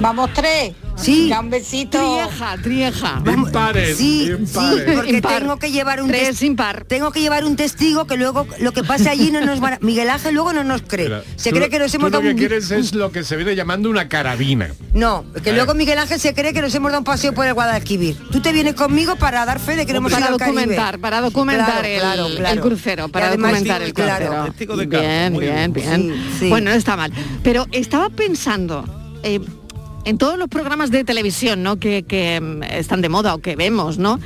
[SPEAKER 4] Vamos tres. Sí. un besito.
[SPEAKER 7] Trieja, trieja.
[SPEAKER 15] Impares, Sí, Sí, porque tengo que llevar un
[SPEAKER 7] Tres
[SPEAKER 15] tes- Tengo que llevar un testigo que luego lo que pase allí no nos van a... Miguel Ángel luego no nos cree. se
[SPEAKER 16] Tú
[SPEAKER 15] cree
[SPEAKER 16] lo-
[SPEAKER 15] que nos
[SPEAKER 16] tú
[SPEAKER 15] hemos
[SPEAKER 16] lo
[SPEAKER 15] dado
[SPEAKER 16] que
[SPEAKER 15] un...
[SPEAKER 16] quieres es lo que se viene llamando una carabina.
[SPEAKER 15] No, que
[SPEAKER 16] Eh.
[SPEAKER 15] luego Miguel Ángel se cree que nos hemos dado un paseo por el Guadalquivir. Tú te vienes conmigo para dar fe de que no hemos
[SPEAKER 7] para
[SPEAKER 15] ido al Caribe.
[SPEAKER 7] documentar, para documentar
[SPEAKER 15] Claro,
[SPEAKER 7] el,
[SPEAKER 15] claro,
[SPEAKER 7] el
[SPEAKER 15] claro.
[SPEAKER 7] crucero,
[SPEAKER 15] Y
[SPEAKER 7] para
[SPEAKER 15] además-
[SPEAKER 7] documentar el
[SPEAKER 15] Testigo de
[SPEAKER 7] crucero.
[SPEAKER 15] campo, testigo de campo,
[SPEAKER 7] bien,
[SPEAKER 15] muy
[SPEAKER 7] bien,
[SPEAKER 15] bien.
[SPEAKER 7] bien.
[SPEAKER 15] Sí, sí.
[SPEAKER 7] Bueno, no está mal. Pero estaba pensando eh, en todos los programas de televisión, ¿no? Que, que, mm, están de moda o que vemos, ¿no?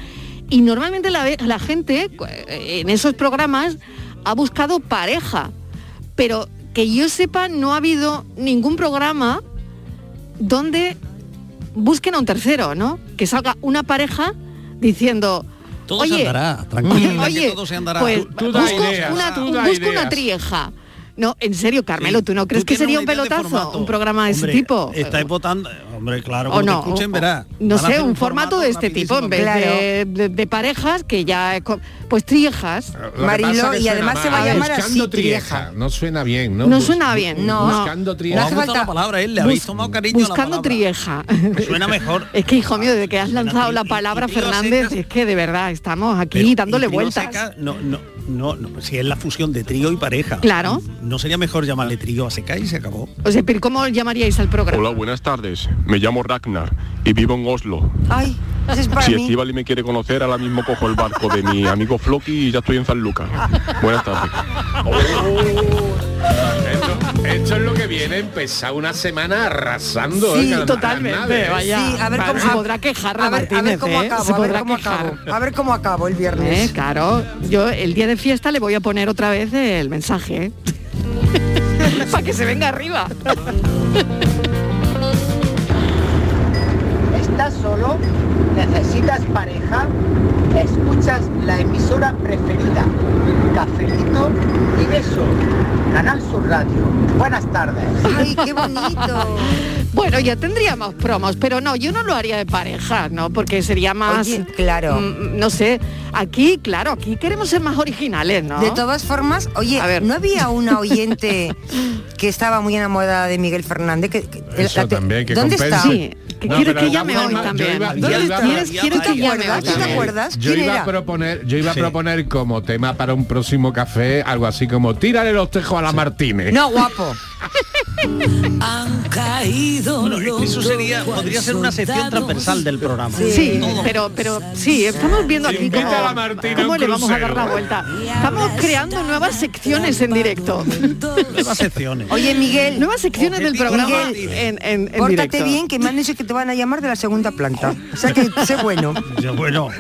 [SPEAKER 7] Y normalmente la, ve- la gente cu- eh, en esos programas ha buscado pareja, pero que yo sepa no ha habido ningún programa donde busquen a un tercero, ¿no? Que salga una pareja diciendo,
[SPEAKER 14] Todo
[SPEAKER 7] oye,
[SPEAKER 14] se andará, tranquila, que todo se andará.
[SPEAKER 7] pues
[SPEAKER 14] Tú- tú da
[SPEAKER 7] busco,
[SPEAKER 14] ideas,
[SPEAKER 7] una,
[SPEAKER 14] tú da
[SPEAKER 7] busco una
[SPEAKER 14] ideas.
[SPEAKER 7] trieja. No, en serio, Carmelo, ¿tú no crees que
[SPEAKER 14] tienes
[SPEAKER 7] sería
[SPEAKER 14] una
[SPEAKER 7] un
[SPEAKER 14] idea de
[SPEAKER 7] pelotazo
[SPEAKER 14] formato.
[SPEAKER 7] un programa de Ah, ese
[SPEAKER 14] Hombre,
[SPEAKER 7] tipo?
[SPEAKER 14] Estáis votando, hombre, claro,
[SPEAKER 7] o
[SPEAKER 14] cuando
[SPEAKER 7] no,
[SPEAKER 14] te escuchen
[SPEAKER 7] o-
[SPEAKER 14] verá.
[SPEAKER 7] no
[SPEAKER 14] Van a
[SPEAKER 7] sé,
[SPEAKER 14] hacer
[SPEAKER 7] un formato de este tipo en vez
[SPEAKER 14] rapidísimo.
[SPEAKER 7] de, de- de parejas que ya es co- pues triejas.
[SPEAKER 16] Lo que pasa que suena mal. Buscando trieja. No suena bien, ¿no?
[SPEAKER 7] No
[SPEAKER 16] Bus-
[SPEAKER 7] suena bien, no.
[SPEAKER 16] Buscando
[SPEAKER 7] No
[SPEAKER 16] trieja.
[SPEAKER 7] hace falta- Bus- Buscando trieja.
[SPEAKER 14] Suena mejor.
[SPEAKER 7] Es que, hijo mío, desde que has lanzado la palabra Fernández, es que de verdad estamos aquí
[SPEAKER 14] Pero,
[SPEAKER 7] dándole
[SPEAKER 14] y trío
[SPEAKER 7] vueltas.
[SPEAKER 14] seca, no, no, no, no, si es la fusión de trío y pareja.
[SPEAKER 7] Claro.
[SPEAKER 14] No sería mejor llamarle trío a seca y se acabó.
[SPEAKER 7] O sea, pero ¿cómo llamaríais al programa?
[SPEAKER 30] Hola, buenas tardes. Me llamo Ragnar y vivo en Oslo.
[SPEAKER 15] Ay, ese es para
[SPEAKER 30] si
[SPEAKER 15] mí.
[SPEAKER 30] Estivali me quiere conocer, ahora mismo cojo el barco de mi amigo Floki y ya estoy en San Lucas.
[SPEAKER 7] ¿Eh?
[SPEAKER 30] Buenas tardes.
[SPEAKER 16] Esto, esto es lo que viene, empezar una semana arrasando. ¿eh?
[SPEAKER 7] Sí,
[SPEAKER 16] Cada- ¿eh?
[SPEAKER 7] totalmente,
[SPEAKER 16] cada
[SPEAKER 30] ¿eh?
[SPEAKER 16] nave.
[SPEAKER 7] vaya.
[SPEAKER 15] Sí, a ver
[SPEAKER 7] Vale,
[SPEAKER 15] cómo
[SPEAKER 7] se podrá quejar
[SPEAKER 15] a ver, a ver
[SPEAKER 7] Martínez,
[SPEAKER 15] cómo
[SPEAKER 7] ¿eh?
[SPEAKER 15] acabo,
[SPEAKER 7] Se
[SPEAKER 15] a ver
[SPEAKER 7] podrá
[SPEAKER 15] cómo
[SPEAKER 7] quejar.
[SPEAKER 15] acabo. A ver cómo acabo el viernes.
[SPEAKER 7] Eh, claro, yo el día de fiesta le voy a poner otra vez el mensaje. ¿eh? Para que se venga arriba.
[SPEAKER 31] ¿Estás solo? ¿Necesitas pareja? Escuchas la emisora preferida,
[SPEAKER 18] Cafelito y beso. Canal Sur Radio. Buenas tardes.
[SPEAKER 7] ¡Ay, qué bonito! Bueno, ya tendríamos promos, pero no, yo no lo haría de pareja, ¿no? Porque sería más...
[SPEAKER 15] Oye, claro.
[SPEAKER 7] mm, no sé, aquí, claro, aquí queremos ser más originales, ¿no?
[SPEAKER 15] De todas formas, oye, ¿no había una oyente que estaba muy enamorada de Miguel Fernández? Que, que-
[SPEAKER 16] Eso
[SPEAKER 15] la te-
[SPEAKER 16] también, que
[SPEAKER 15] ¿Dónde
[SPEAKER 16] compense.
[SPEAKER 15] está?
[SPEAKER 16] Sí, que No, quiero pero que llame vamos, hoy yo también. iba- yo
[SPEAKER 15] ¿Dónde
[SPEAKER 16] iba-
[SPEAKER 15] está?
[SPEAKER 16] ¿Quieres-
[SPEAKER 15] ¿Tú
[SPEAKER 16] quieres
[SPEAKER 15] te
[SPEAKER 16] que llame
[SPEAKER 15] acuerdas? ¿Tú te
[SPEAKER 16] hoy?
[SPEAKER 15] acuerdas?
[SPEAKER 16] Ah, Yo
[SPEAKER 15] ¿Quién
[SPEAKER 16] iba, a
[SPEAKER 15] era?
[SPEAKER 16] proponer, yo iba a proponer como tema para un próximo café algo así como tírale los tejos a la Martínez.
[SPEAKER 15] No, guapo.
[SPEAKER 10] Han caído.
[SPEAKER 14] Bueno, eso sería, podría ser una sección transversal del programa.
[SPEAKER 7] Sí, pero, pero sí, estamos viendo aquí cómo, cómo le vamos a dar la vuelta. Estamos creando nuevas secciones en directo.
[SPEAKER 14] Nuevas secciones.
[SPEAKER 15] Oye, Miguel.
[SPEAKER 7] Nuevas secciones del programa
[SPEAKER 15] Miguel,
[SPEAKER 7] en, en, en
[SPEAKER 15] pórtate
[SPEAKER 7] directo.
[SPEAKER 15] bien, que me han dicho que te van a llamar de la segunda planta. O sea que sé bueno.
[SPEAKER 14] Yo, bueno,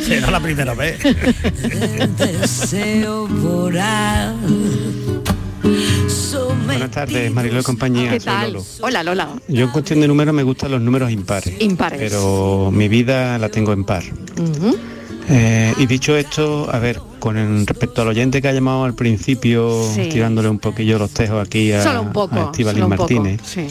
[SPEAKER 14] será la primera vez.
[SPEAKER 10] Deseo volar.
[SPEAKER 32] Buenas tardes, Mariló y compañía.
[SPEAKER 7] ¿Qué
[SPEAKER 32] Soy
[SPEAKER 7] tal?
[SPEAKER 32] Lolo.
[SPEAKER 7] Hola, Lola.
[SPEAKER 32] Yo en cuestión de números me gustan los números impares.
[SPEAKER 7] Impares.
[SPEAKER 32] Pero mi vida la tengo en par.
[SPEAKER 7] Ujú.
[SPEAKER 32] Eh, y dicho esto, a ver, con el- respecto al oyente que ha llamado al principio,
[SPEAKER 7] Sí.
[SPEAKER 32] tirándole un poquillo los tejos aquí a,
[SPEAKER 7] Solo un
[SPEAKER 32] a
[SPEAKER 7] poco.
[SPEAKER 32] Estíbaliz
[SPEAKER 7] solo un poco,
[SPEAKER 32] Martínez,
[SPEAKER 7] sí.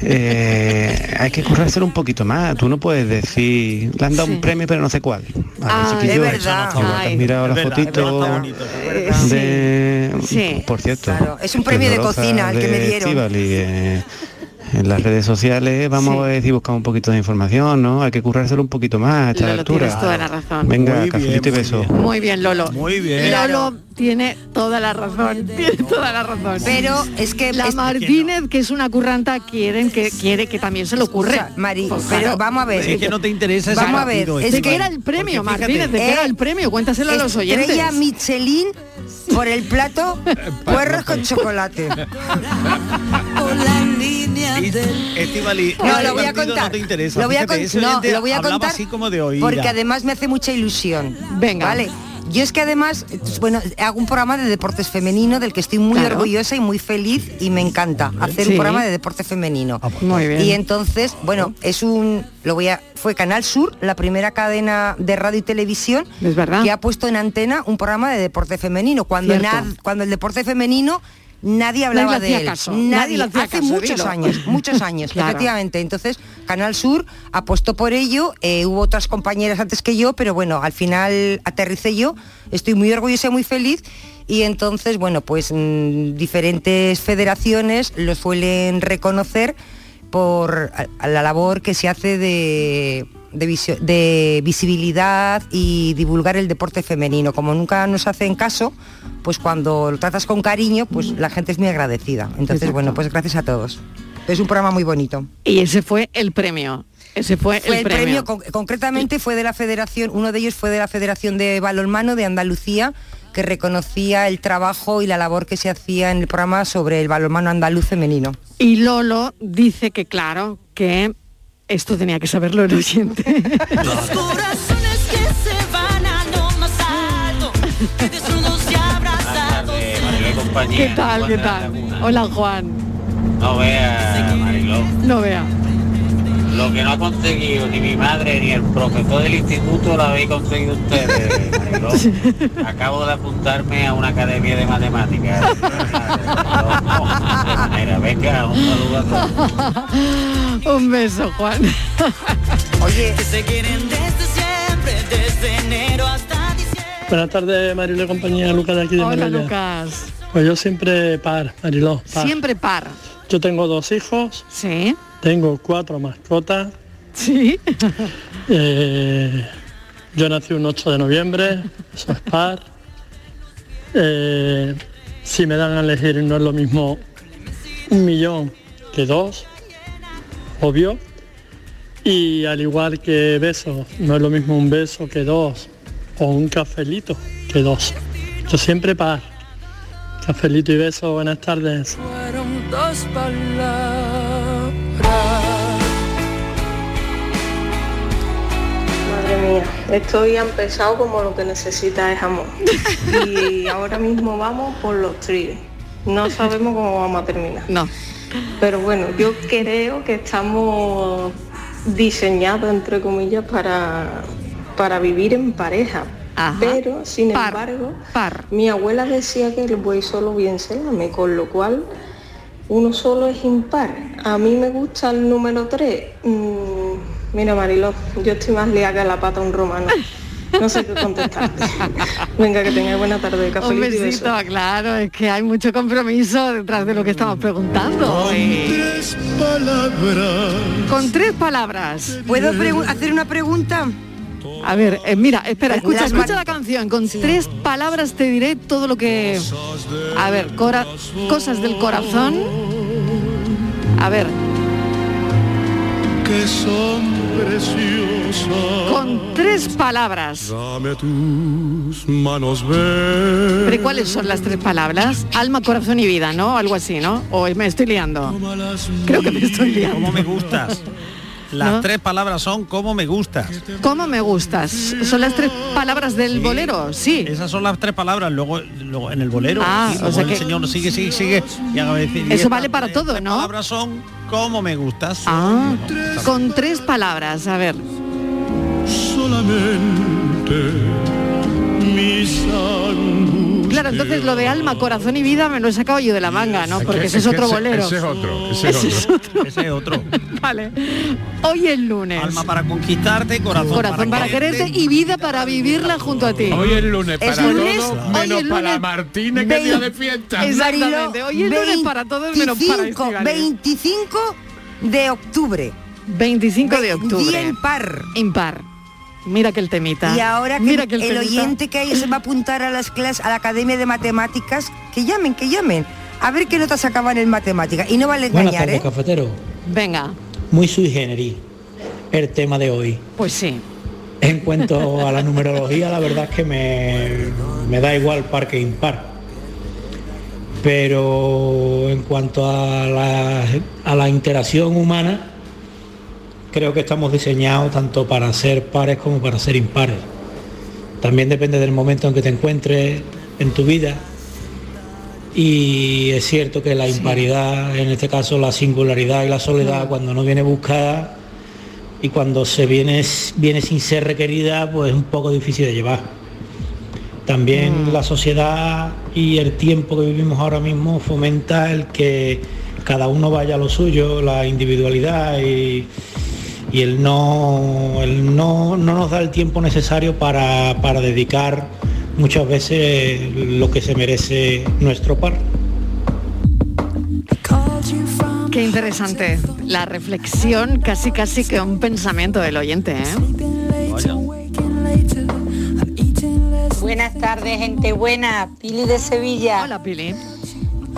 [SPEAKER 32] eh, hay que currárselo un poquito más. Tú no puedes decir, le han dado un premio pero no sé cuál.
[SPEAKER 7] Ah,
[SPEAKER 32] Así que
[SPEAKER 7] es
[SPEAKER 32] yo,
[SPEAKER 7] verdad.
[SPEAKER 32] igual te has
[SPEAKER 7] Ay.
[SPEAKER 32] mirado
[SPEAKER 7] Es
[SPEAKER 32] la
[SPEAKER 7] verdad,
[SPEAKER 32] fotito
[SPEAKER 7] es verdad,
[SPEAKER 32] de...
[SPEAKER 7] Sí.
[SPEAKER 32] Por cierto.
[SPEAKER 15] es un premio de
[SPEAKER 32] dolorosa
[SPEAKER 15] cocina el que me
[SPEAKER 32] de
[SPEAKER 15] dieron.
[SPEAKER 32] Estíbaliz, eh, en las redes sociales vamos a ver si buscamos un poquito de información, ¿no? Hay que currárselo un poquito más a esta
[SPEAKER 7] Lolo,
[SPEAKER 32] altura.
[SPEAKER 7] tienes toda la razón. Muy
[SPEAKER 32] Venga,
[SPEAKER 7] bien,
[SPEAKER 32] cafelito y beso.
[SPEAKER 7] Muy bien, Lolo. Muy
[SPEAKER 32] bien.
[SPEAKER 7] Lolo tiene toda la razón. Tiene toda la razón.
[SPEAKER 15] Pero es que
[SPEAKER 7] la Martínez, que es una curranta, quieren que quiere que también se le Pues ocurre.
[SPEAKER 15] O sea, Mari, pero vamos a ver.
[SPEAKER 14] Es que no te interesa ese
[SPEAKER 15] Vamos a ver,
[SPEAKER 14] partido,
[SPEAKER 15] es
[SPEAKER 16] este
[SPEAKER 14] Estíbaliz.
[SPEAKER 15] que
[SPEAKER 7] era el premio,
[SPEAKER 15] Porque
[SPEAKER 7] Martínez, de que
[SPEAKER 15] eh,
[SPEAKER 7] era el premio, cuéntaselo a los oyentes.
[SPEAKER 15] Estrella Michelin por el plato puerros con chocolate.
[SPEAKER 14] Estivali,
[SPEAKER 15] No, lo voy a
[SPEAKER 14] No
[SPEAKER 15] contar.
[SPEAKER 14] te interesa.
[SPEAKER 15] Lo voy a,
[SPEAKER 14] Fíjate,
[SPEAKER 15] con-
[SPEAKER 14] ese
[SPEAKER 15] no,
[SPEAKER 14] oyente
[SPEAKER 15] lo voy a
[SPEAKER 14] hablaba
[SPEAKER 15] contar
[SPEAKER 14] así como de oída.
[SPEAKER 15] porque además me hace mucha ilusión. Venga. Vale. Yo es que además, bueno, hago un programa de deportes femenino del que estoy muy
[SPEAKER 7] Claro.
[SPEAKER 15] orgullosa y muy feliz y me encanta hacer
[SPEAKER 7] Sí.
[SPEAKER 15] un programa de deporte femenino.
[SPEAKER 7] Muy bien.
[SPEAKER 15] Y entonces, bueno, es un lo voy a fue Canal Sur, la primera cadena de radio y televisión que ha puesto en antena un programa de deporte femenino cuando
[SPEAKER 7] Cierto.
[SPEAKER 15] nad- cuando el deporte femenino nadie
[SPEAKER 7] Nadie
[SPEAKER 15] hablaba
[SPEAKER 7] le hacía
[SPEAKER 15] de él.
[SPEAKER 7] caso,
[SPEAKER 15] Nadie,
[SPEAKER 7] nadie le hacía
[SPEAKER 15] hace
[SPEAKER 7] caso,
[SPEAKER 15] muchos
[SPEAKER 7] dilo.
[SPEAKER 15] años, muchos años,
[SPEAKER 7] Claro.
[SPEAKER 15] efectivamente. Entonces, Canal Sur apostó por ello, eh, hubo otras compañeras antes que yo, pero bueno, al final aterricé yo, estoy muy orgullosa y muy feliz. Y entonces, bueno, pues mm, diferentes federaciones lo suelen reconocer por a- a la labor que se hace de, de visio- de visibilidad y divulgar el deporte femenino. Como nunca nos hacen caso, pues cuando lo tratas con cariño, pues la gente es muy agradecida. Entonces,
[SPEAKER 7] Exacto.
[SPEAKER 15] bueno, pues gracias a todos. Es un programa muy bonito.
[SPEAKER 7] Y ese fue el premio. Ese fue,
[SPEAKER 15] Fue el premio, con- concretamente fue de la federación, uno de ellos fue de la Federación de Balonmano de Andalucía, que reconocía el trabajo y la labor que se hacía en el programa sobre el balonmano andaluz femenino.
[SPEAKER 7] Y Lolo dice que claro, que esto tenía que saberlo el oyente.
[SPEAKER 10] Corazones que se van a lo más alto. Que desnudos y abrazados.
[SPEAKER 7] ¿Qué tal? ¿Qué tal? Hola Juan,
[SPEAKER 33] No vea, Mariló,
[SPEAKER 7] no vea.
[SPEAKER 33] lo que no ha conseguido ni mi madre ni el profesor del instituto lo habéis conseguido ustedes, Mariló. Acabo de apuntarme a una academia de matemáticas. No, de manera, venga, un saludo a todos.
[SPEAKER 7] Un beso, Juan.
[SPEAKER 15] Oye.
[SPEAKER 10] Que se quieren desde siempre, desde enero hasta diciembre.
[SPEAKER 13] Buenas tardes, Mariló y compañía, Lucas de aquí de
[SPEAKER 7] Hola,
[SPEAKER 13] Marbella.
[SPEAKER 7] Lucas.
[SPEAKER 13] Pues yo siempre par, Mariló, par.
[SPEAKER 7] Siempre par.
[SPEAKER 13] Yo tengo dos hijos.
[SPEAKER 7] Sí.
[SPEAKER 13] Tengo cuatro mascotas. Eh,
[SPEAKER 7] Sí.
[SPEAKER 13] yo nací un 8 de noviembre, eso es par. Eh, si me dan a elegir no es lo mismo un millón que dos, obvio. Y al igual que besos, no es lo mismo un beso que dos o un cafelito que dos. Yo siempre par. Cafelito y beso, buenas tardes.
[SPEAKER 10] Fueron dos palabras.
[SPEAKER 34] Madre mía, esto ya ha empezado como lo que necesita es amor. Y ahora mismo vamos por los tríos. No sabemos cómo vamos a terminar.
[SPEAKER 7] No.
[SPEAKER 34] Pero bueno, yo creo que estamos diseñados, entre comillas, para, para vivir en pareja. Pero, sin embargo, mi abuela decía que el buey solo bien se lame, con lo cual uno solo es impar. A mí me gusta el número 3. mira, Mariló, yo estoy más liada que la pata a un romano. No sé qué contestarte. Venga, que tengáis buena tarde. Café
[SPEAKER 7] Un
[SPEAKER 34] y besos.
[SPEAKER 7] besito, claro, es que hay mucho compromiso detrás de lo que estamos preguntando. eh. Con tres palabras.
[SPEAKER 15] ¿Puedo pregu- hacer una pregunta?
[SPEAKER 7] A ver, eh, mira, espera, escucha,
[SPEAKER 15] Las
[SPEAKER 7] escucha la canción. Con tres palabras te diré todo lo que. A ver, cora- cosas del corazón. A ver.
[SPEAKER 10] Que son preciosas.
[SPEAKER 7] Con tres palabras.
[SPEAKER 10] Dame tus manos verdes.
[SPEAKER 7] ¿Pero cuáles son las tres palabras? Alma, corazón y vida, ¿no? Algo así, ¿no? O me estoy liando. Creo que me estoy liando.
[SPEAKER 14] ¿Cómo me gustas? Las
[SPEAKER 7] ¿No?
[SPEAKER 14] tres palabras son ¿cómo me gustas?
[SPEAKER 7] ¿Cómo me gustas? ¿Son las tres palabras del bolero? Sí.
[SPEAKER 14] Esas son las tres palabras, luego, luego en el bolero.
[SPEAKER 7] Ah,
[SPEAKER 14] sí,
[SPEAKER 7] o
[SPEAKER 14] luego
[SPEAKER 7] sea
[SPEAKER 14] el
[SPEAKER 7] que-
[SPEAKER 14] señor sigue, sigue, sigue. Y haga decir, y
[SPEAKER 7] Eso
[SPEAKER 14] estas
[SPEAKER 7] vale para todo, ¿no?
[SPEAKER 14] palabras son ¿cómo me gustas?
[SPEAKER 7] Ah, con tres palabras, a ver. Claro, entonces lo de alma, corazón y vida me lo he sacado yo de la manga, ¿no? Porque ese es otro bolero.
[SPEAKER 16] Ese es otro.
[SPEAKER 7] Ese es otro.
[SPEAKER 14] Ese es otro.
[SPEAKER 7] Vale. Hoy es lunes.
[SPEAKER 14] Alma para conquistarte, corazón,
[SPEAKER 7] Corazón para quererte y vida para vivirla junto a ti.
[SPEAKER 16] Hoy es lunes
[SPEAKER 7] Es
[SPEAKER 16] para
[SPEAKER 7] lunes,
[SPEAKER 16] todos,
[SPEAKER 7] hoy
[SPEAKER 16] menos
[SPEAKER 7] es
[SPEAKER 16] para
[SPEAKER 7] lunes.
[SPEAKER 16] Martínez, que es día de fiesta. este
[SPEAKER 7] Exactamente, hoy es lunes para todos menos para
[SPEAKER 15] 25,
[SPEAKER 7] Estíbaliz.
[SPEAKER 15] 25 de octubre.
[SPEAKER 7] 25 de octubre.
[SPEAKER 15] Día impar.
[SPEAKER 7] Impar. Mira que el temita.
[SPEAKER 15] Y ahora que,
[SPEAKER 7] Mira
[SPEAKER 15] el,
[SPEAKER 7] temita.
[SPEAKER 15] oyente que ahí se va a apuntar a las clases, a la Academia de Matemáticas, que llamen, que llamen. A ver qué notas sacaban en matemáticas. Y no vale
[SPEAKER 18] Buenas
[SPEAKER 15] engañar,
[SPEAKER 18] tardes,
[SPEAKER 15] ¿eh?
[SPEAKER 18] cafetero.
[SPEAKER 7] Venga,
[SPEAKER 18] Muy sui generis el tema de hoy.
[SPEAKER 7] pues sí.
[SPEAKER 18] En cuanto a la numerología, la verdad es que me, me da igual par que impar. Pero en cuanto a la, a la interacción humana, creo que estamos diseñados tanto para ser pares como para ser impares. También depende del momento en que te encuentres en tu vida. Y es cierto que la imparidad, en este caso la singularidad y la soledad, cuando no viene buscada, y cuando se viene, viene sin ser requerida, pues es un poco difícil de llevar. También la sociedad y el tiempo que vivimos ahora mismo fomenta el que cada uno vaya a lo suyo, la individualidad y, y el, no, el no, no nos da el tiempo necesario para, para dedicar muchas veces lo que se merece nuestro par.
[SPEAKER 7] Qué interesante la reflexión, casi casi que un pensamiento del oyente, ¿eh?
[SPEAKER 4] Buenas tardes, gente buena. Pili de Sevilla. Hola,
[SPEAKER 7] Pili.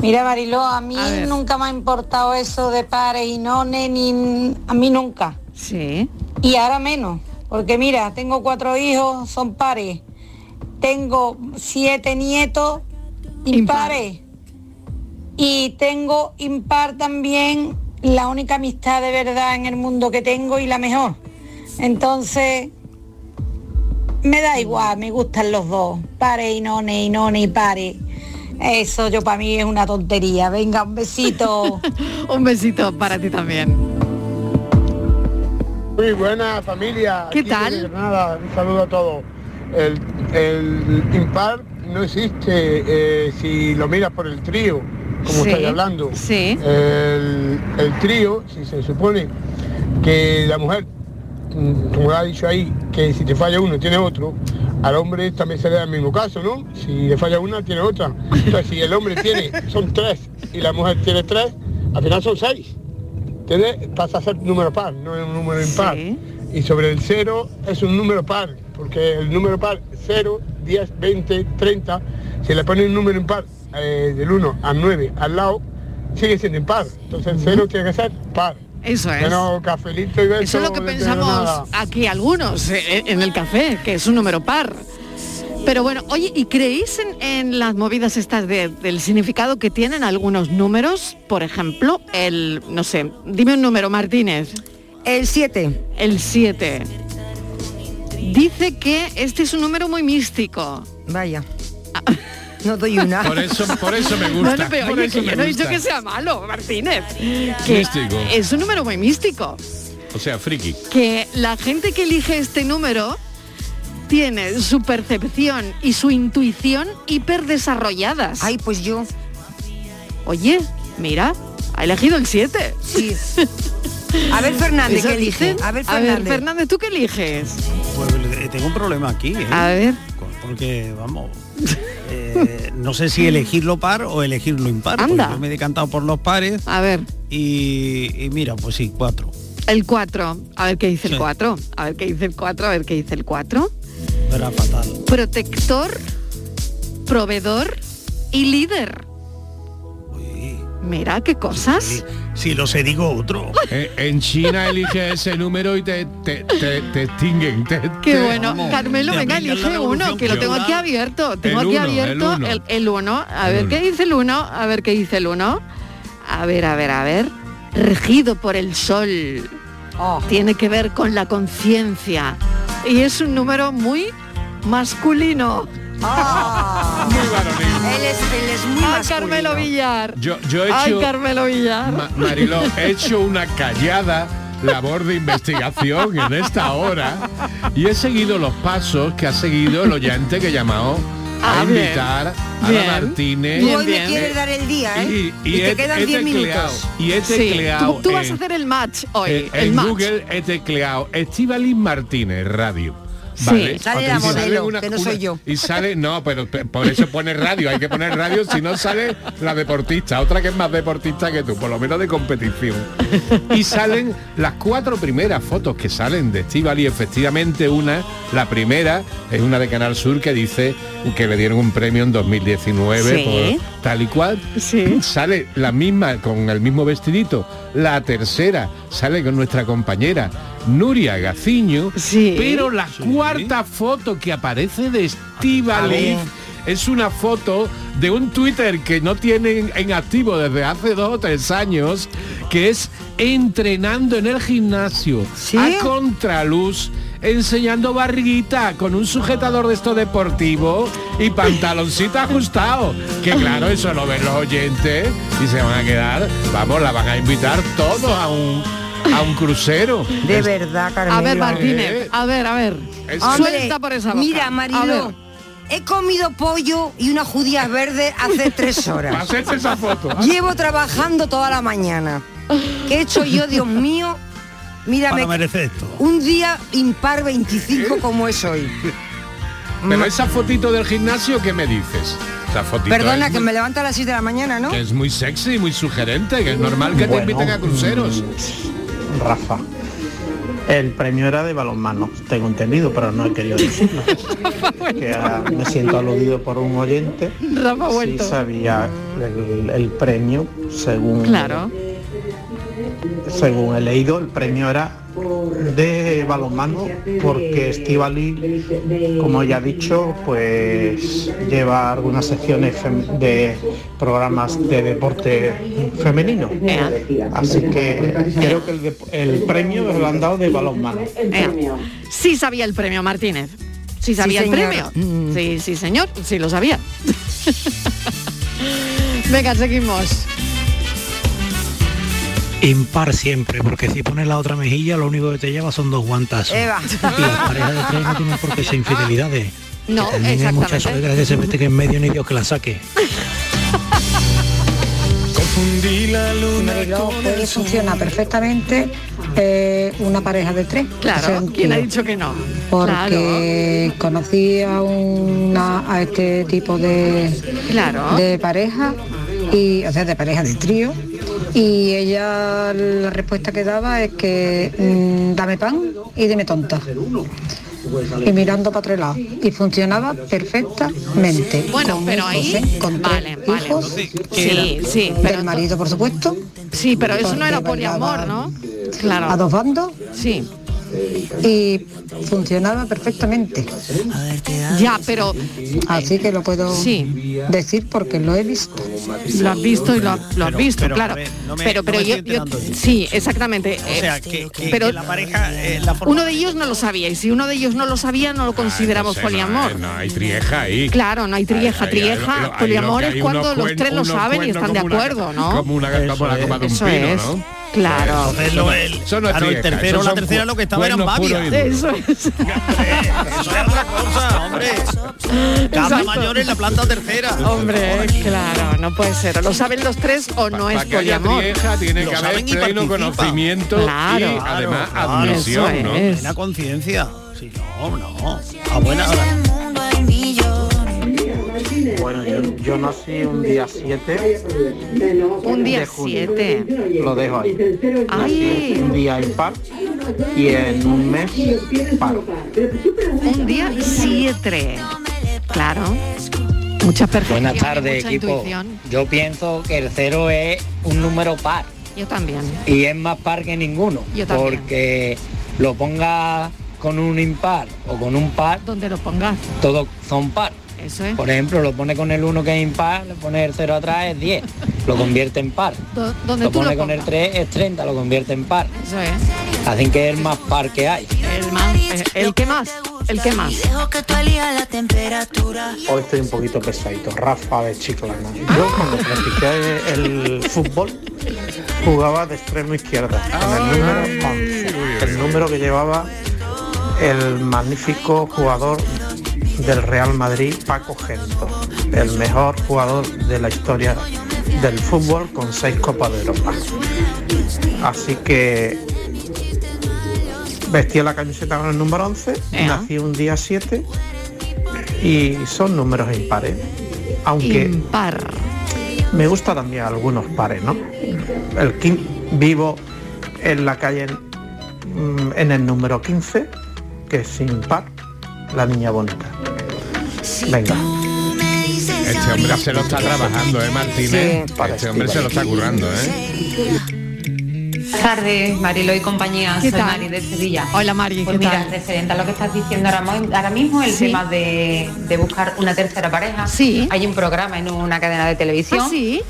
[SPEAKER 4] Mira, Mariló, a mí A ver. nunca me ha importado eso de pares y no, ni a mí nunca.
[SPEAKER 7] Sí.
[SPEAKER 4] Y ahora menos, porque mira, tengo cuatro hijos, son pares. Tengo siete nietos, impares. Y tengo impar también la única amistad de verdad en el mundo que tengo y la mejor. Entonces, me da igual, me gustan los dos. Pare y none y none y pare. Eso yo para mí es una tontería. Venga, un besito.
[SPEAKER 7] un besito para ti también.
[SPEAKER 19] Muy buena familia.
[SPEAKER 7] ¿Qué
[SPEAKER 19] Aquí desde
[SPEAKER 7] tal?
[SPEAKER 19] Granada. Un saludo a todos. El, el impar no existe eh, si lo miras por el trío, como
[SPEAKER 35] Sí,
[SPEAKER 19] estáis hablando.
[SPEAKER 35] sí.
[SPEAKER 19] El, el trío, si se supone que la mujer, mm, como ha dicho ahí, que si te falla uno tiene otro, al hombre también se le da el mismo caso, ¿no? Si le falla una tiene otra. Entonces si el hombre tiene, son tres, y la mujer tiene tres, al final son seis. ¿Entiendes? Pasa a ser número par, no es un número impar. Y sobre el cero es un número par, porque el número par 0, 10, 20, 30, si le pone un número impar eh, del 1 al 9 al lado, sigue siendo impar. Entonces el cero tiene que ser par.
[SPEAKER 7] Eso es.
[SPEAKER 19] Bueno, cafelito y beso.
[SPEAKER 7] Eso es lo que
[SPEAKER 19] desde Granada.
[SPEAKER 7] pensamos aquí algunos eh, en el café, que es un número par. Pero bueno, oye, ¿y creéis en, en las movidas estas de- del significado que tienen algunos números? Por ejemplo, el, no sé, dime un número, Martínez.
[SPEAKER 15] El 7.
[SPEAKER 7] El 7. Dice que este es un número muy místico. Ah.
[SPEAKER 15] Vaya. No doy una.
[SPEAKER 16] Por eso, por eso me gusta.
[SPEAKER 7] Bueno, pero
[SPEAKER 16] por
[SPEAKER 7] oye,
[SPEAKER 16] eso
[SPEAKER 7] que
[SPEAKER 16] me
[SPEAKER 7] yo no he dicho
[SPEAKER 16] gusta.
[SPEAKER 7] que sea malo, Martínez. Que
[SPEAKER 16] Místico.
[SPEAKER 7] es un número muy místico.
[SPEAKER 16] O sea, friki.
[SPEAKER 7] Que la gente que elige este número tiene su percepción y su intuición hiperdesarrolladas. Ay,
[SPEAKER 15] pues yo.
[SPEAKER 7] Oye, mira, ha elegido el 7. Sí.
[SPEAKER 15] A ver, Fernández, ¿qué elige?
[SPEAKER 7] A ver, Fernández. ¿tú qué eliges? Ah,
[SPEAKER 14] Pues eh, tengo un problema aquí, ¿eh?
[SPEAKER 7] A ver.
[SPEAKER 14] Porque, vamos, eh, no sé si elegirlo par o elegirlo impar. porque
[SPEAKER 7] Anda.
[SPEAKER 14] Yo me he decantado por los pares.
[SPEAKER 7] A ver.
[SPEAKER 14] Y, y mira, pues sí, cuatro.
[SPEAKER 7] El 4. A ver qué dice el
[SPEAKER 14] Sí.
[SPEAKER 7] 4. A ver qué dice el 4, a ver qué dice el 4.
[SPEAKER 14] Era fatal.
[SPEAKER 7] Protector, proveedor y líder. Mira qué cosas.
[SPEAKER 14] Si lo sé, digo otro.
[SPEAKER 16] Eh, en China elige ese número y te, te, te, te extinguen. te-
[SPEAKER 7] Qué
[SPEAKER 16] te-
[SPEAKER 7] bueno,
[SPEAKER 16] vamos.
[SPEAKER 7] Carmelo, venga, elige uno, que lo tengo aquí abierto. Tengo
[SPEAKER 16] El
[SPEAKER 7] aquí
[SPEAKER 16] uno,
[SPEAKER 7] abierto
[SPEAKER 16] el uno.
[SPEAKER 7] el- el 1. A
[SPEAKER 16] El
[SPEAKER 7] ver
[SPEAKER 16] uno.
[SPEAKER 7] qué dice el 1, a ver qué dice el 1. A ver, a ver, a ver. Regido por el sol.
[SPEAKER 15] Oh.
[SPEAKER 7] Tiene que ver con la conciencia. Y es un número muy masculino.
[SPEAKER 15] Oh. Él es, él es muy
[SPEAKER 7] Ay, Carmelo Villar.
[SPEAKER 16] Yo, yo he hecho...
[SPEAKER 7] Ay, Carmelo Villar.
[SPEAKER 16] Ma- Mariló, he hecho una callada labor de investigación en esta hora y he seguido los pasos que ha seguido el oyente que he llamado a
[SPEAKER 15] Ah, bien.
[SPEAKER 16] invitar a
[SPEAKER 15] Bien.
[SPEAKER 16] Ana Martínez.
[SPEAKER 15] Tú hoy me
[SPEAKER 16] Eh,
[SPEAKER 15] quieres dar el día, ¿eh?
[SPEAKER 16] Y, y
[SPEAKER 15] te
[SPEAKER 16] he-
[SPEAKER 15] quedan
[SPEAKER 16] he
[SPEAKER 15] 10
[SPEAKER 16] tecleado,
[SPEAKER 15] minutos.
[SPEAKER 16] Y he tecleado
[SPEAKER 7] Tú, tú vas a
[SPEAKER 16] en-
[SPEAKER 7] hacer el match hoy.
[SPEAKER 16] eh,
[SPEAKER 7] el
[SPEAKER 16] en
[SPEAKER 7] match.
[SPEAKER 16] Google he tecleado Estivalis Martínez Radio.
[SPEAKER 7] Sí,
[SPEAKER 16] ¿vale?
[SPEAKER 7] sale la
[SPEAKER 16] Y sale
[SPEAKER 7] modelo, que no soy yo.
[SPEAKER 16] Y sale, no, pero pe- por eso pone radio, hay que poner radio, si no sale la deportista, otra que es más deportista que tú, por lo menos de competición. Y salen las cuatro primeras fotos que salen de Estivalis, efectivamente una, la primera es una de Canal Sur que dice que le dieron un premio en 2019
[SPEAKER 7] Sí.
[SPEAKER 16] por tal y cual. Sale la misma, con el mismo vestidito. La tercera sale con nuestra compañera Nuria Gaciño. Pero la cuarta foto que aparece de Estivaliz es una foto de un Twitter que no tienen en activo desde hace dos o tres años, que es entrenando en el gimnasio a contraluz, enseñando barriguita con un sujetador de esto deportivo y pantaloncita ajustado. Que claro, eso lo ven los oyentes y se van a quedar, vamos, la van a invitar todos a un, a un crucero.
[SPEAKER 15] De verdad, Carmelo.
[SPEAKER 7] A ver, Martínez, a ver, a ver.
[SPEAKER 15] Hombre,
[SPEAKER 7] Suelta por esa boca.
[SPEAKER 15] Mira,
[SPEAKER 7] A ver.
[SPEAKER 15] Marilo, he comido pollo y unas judías verdes hace tres
[SPEAKER 16] Pa'
[SPEAKER 15] horas.
[SPEAKER 16] hacerse esa foto.
[SPEAKER 15] Llevo trabajando toda la mañana. ¿Qué he hecho yo, Dios mío? Mira,
[SPEAKER 14] Para
[SPEAKER 15] me-
[SPEAKER 14] merecer esto.
[SPEAKER 15] un día impar 25 como es hoy. Mm.
[SPEAKER 16] Pero esa fotito del gimnasio, ¿qué me dices? Esa fotito
[SPEAKER 15] Perdona,
[SPEAKER 16] es
[SPEAKER 15] que
[SPEAKER 16] muy-
[SPEAKER 15] me levanto a las 6 de la mañana, ¿no?
[SPEAKER 16] que es muy sexy, muy sugerente, que es normal que
[SPEAKER 17] Bueno.
[SPEAKER 16] te inviten a cruceros.
[SPEAKER 17] Pues, Rafa. El premio era de balonmano, tengo entendido, pero no he querido decirlo. Que ahora me siento aludido por un oyente.
[SPEAKER 7] Rafa ha
[SPEAKER 17] Sí
[SPEAKER 7] vuelto.
[SPEAKER 17] sabía el, el premio, según
[SPEAKER 7] Claro.
[SPEAKER 17] según he leído, el premio era de balonmano porque Estivali, como ya he dicho, pues lleva algunas secciones fem- de programas de deporte femenino. Así que creo que el, dep- el premio lo han dado de balonmano.
[SPEAKER 7] Ea. Sí sabía el premio, Martínez. Sí sabía el
[SPEAKER 17] señor.
[SPEAKER 16] Mm.
[SPEAKER 7] premio. Sí, sí, señor. Sí lo sabía. Venga, seguimos.
[SPEAKER 18] Impar siempre, porque si pones la otra mejilla, lo único que te lleva son dos guantazos.
[SPEAKER 7] Eva.
[SPEAKER 18] Y las parejas de tres no tienen por qué ser infidelidades.
[SPEAKER 7] No,
[SPEAKER 15] eh,
[SPEAKER 18] También hay muchas
[SPEAKER 7] Ah, exactamente.
[SPEAKER 18] suegras que se meten en medio ni Dios que la saque.
[SPEAKER 21] Confundí la luna puede funcionar perfectamente eh, una pareja de tres.
[SPEAKER 7] Claro,
[SPEAKER 21] O sea,
[SPEAKER 7] ¿quién ha dicho que no?
[SPEAKER 21] Porque conocí a, una, a este tipo de,
[SPEAKER 7] Claro.
[SPEAKER 21] de pareja, y, o sea, de pareja de trío, y ella la respuesta que daba es que mm, dame pan y dime tonta. Y mirando para otro lado. Y funcionaba perfectamente.
[SPEAKER 7] Bueno,
[SPEAKER 21] Con
[SPEAKER 7] pero
[SPEAKER 21] hijos,
[SPEAKER 7] ahí-
[SPEAKER 21] ¿eh? Con tres
[SPEAKER 7] vale, vale.
[SPEAKER 21] hijos
[SPEAKER 7] Sí, sí,
[SPEAKER 21] del
[SPEAKER 7] pero-
[SPEAKER 21] marido, por supuesto.
[SPEAKER 7] Sí, pero eso no
[SPEAKER 21] Porque
[SPEAKER 7] era poliamor,
[SPEAKER 21] bailaban
[SPEAKER 7] ¿no? Claro.
[SPEAKER 21] eh, A dos bandos.
[SPEAKER 7] Sí.
[SPEAKER 21] Y funcionaba perfectamente.
[SPEAKER 7] Ya, pero eh,
[SPEAKER 21] Así que lo puedo decir porque lo he visto.
[SPEAKER 7] lo has visto y lo, has- lo has
[SPEAKER 21] Pero-
[SPEAKER 7] visto,
[SPEAKER 21] pero,
[SPEAKER 7] claro.
[SPEAKER 21] a ver, no me-
[SPEAKER 7] pero
[SPEAKER 21] no
[SPEAKER 7] pero
[SPEAKER 21] me
[SPEAKER 7] yo,
[SPEAKER 21] estoy
[SPEAKER 7] yo-
[SPEAKER 21] enterando.
[SPEAKER 7] sí, exactamente. eh,
[SPEAKER 21] O sea, que- que-
[SPEAKER 7] pero
[SPEAKER 21] que la pareja, eh, la forma-
[SPEAKER 7] uno de ellos no lo sabía y si uno de ellos no lo sabía no lo consideramos
[SPEAKER 16] Entonces,
[SPEAKER 7] poliamor.
[SPEAKER 16] Pues eh, No, no, hay trieja ahí.
[SPEAKER 7] Claro, no hay trieja,
[SPEAKER 16] Ahí, ahí,
[SPEAKER 7] trieja,
[SPEAKER 16] ahí, lo- ahí lo
[SPEAKER 7] poliamor
[SPEAKER 16] que hay
[SPEAKER 7] es cuando
[SPEAKER 16] unos
[SPEAKER 7] los
[SPEAKER 16] cuen-
[SPEAKER 7] tres lo
[SPEAKER 16] unos
[SPEAKER 7] saben y
[SPEAKER 16] cuernos
[SPEAKER 7] están de
[SPEAKER 16] como una-
[SPEAKER 7] acuerdo, ¿no?
[SPEAKER 16] Como una como la copa de un
[SPEAKER 7] Eso
[SPEAKER 16] pino,
[SPEAKER 7] es.
[SPEAKER 16] ¿no?
[SPEAKER 7] Claro.
[SPEAKER 16] Eso no es- eso no es
[SPEAKER 14] Claro, el
[SPEAKER 16] trieja,
[SPEAKER 14] tercero,
[SPEAKER 16] eso
[SPEAKER 14] la
[SPEAKER 16] son
[SPEAKER 14] tercera,
[SPEAKER 16] cu-
[SPEAKER 14] lo que estaba eran
[SPEAKER 16] cuernos puro
[SPEAKER 14] babias.
[SPEAKER 16] y duro.
[SPEAKER 7] Eso es.
[SPEAKER 14] mayor en la planta tercera.
[SPEAKER 7] Hombre, claro, no puede ser. O Lo saben los tres o no es
[SPEAKER 16] que haya
[SPEAKER 7] poliamor.
[SPEAKER 16] trieja, tiene
[SPEAKER 14] Lo
[SPEAKER 16] que haber
[SPEAKER 14] saben y
[SPEAKER 16] pleno
[SPEAKER 14] participan.
[SPEAKER 16] conocimiento y
[SPEAKER 14] Claro,
[SPEAKER 16] además
[SPEAKER 14] claro,
[SPEAKER 16] admisión,
[SPEAKER 14] eso
[SPEAKER 16] ¿no?
[SPEAKER 14] es. Plena conciencia. Sí, no, no. A buena hora.
[SPEAKER 17] Bueno, yo, yo nací un día 7.
[SPEAKER 7] Un día
[SPEAKER 17] de junio.
[SPEAKER 7] 7.
[SPEAKER 17] Lo dejo ahí.
[SPEAKER 7] Ay.
[SPEAKER 17] Nací un día impar y eh, en un mes paro.
[SPEAKER 7] Un día 7. Claro. Muchas personas.
[SPEAKER 18] Buenas tardes,
[SPEAKER 7] mucha
[SPEAKER 18] equipo.
[SPEAKER 7] intuición.
[SPEAKER 18] Yo pienso que el cero es un número par
[SPEAKER 7] Yo también.
[SPEAKER 18] y es más par que ninguno.
[SPEAKER 7] Yo también.
[SPEAKER 18] porque lo ponga con un impar o con un par,
[SPEAKER 7] Donde lo pongas.
[SPEAKER 18] todos son par.
[SPEAKER 7] Eso es.
[SPEAKER 18] Por ejemplo, lo pone con el 1 que es impar, le pone el 0 atrás es 10, lo convierte en par.
[SPEAKER 7] Do- donde
[SPEAKER 18] lo
[SPEAKER 7] tú
[SPEAKER 18] pone
[SPEAKER 7] lo
[SPEAKER 18] con el 3 es 30, lo convierte en par.
[SPEAKER 7] Eso es.
[SPEAKER 18] Así que es el más par que hay.
[SPEAKER 7] El más. eh, El que más. El que más.
[SPEAKER 17] Hoy estoy un poquito pesadito, Rafa de Chiclana. Yo cuando practiqué el fútbol jugaba de extremo izquierda, con el número 11, el número que llevaba el magnífico jugador del Real Madrid, Paco Gento, el mejor jugador de la historia del fútbol con seis Copas de Europa. Así que vestía la camiseta con el número 11, nací un día 7 y son números impares, aunque
[SPEAKER 7] Impar.
[SPEAKER 17] me gusta también algunos pares, ¿no? El quin- vivo en la calle mm, en el número 15, que es impar, la niña bonita. Venga.
[SPEAKER 16] Este hombre se lo está trabajando, ¿eh, Martínez?
[SPEAKER 17] Sí.
[SPEAKER 16] Este hombre se lo está currando, ¿eh?
[SPEAKER 21] Buenas tardes, Marilo y compañía.
[SPEAKER 7] ¿Qué
[SPEAKER 21] Soy
[SPEAKER 7] tal?
[SPEAKER 21] Mari de Sevilla.
[SPEAKER 7] Hola, Mari,
[SPEAKER 21] Pues
[SPEAKER 7] ¿qué
[SPEAKER 21] mira,
[SPEAKER 7] tal?
[SPEAKER 21] referente a lo que estás diciendo ahora, mo- ahora mismo, el
[SPEAKER 7] Sí.
[SPEAKER 21] tema de, de buscar una tercera pareja. Sí. Hay un programa en una cadena de televisión.
[SPEAKER 7] Ah, sí.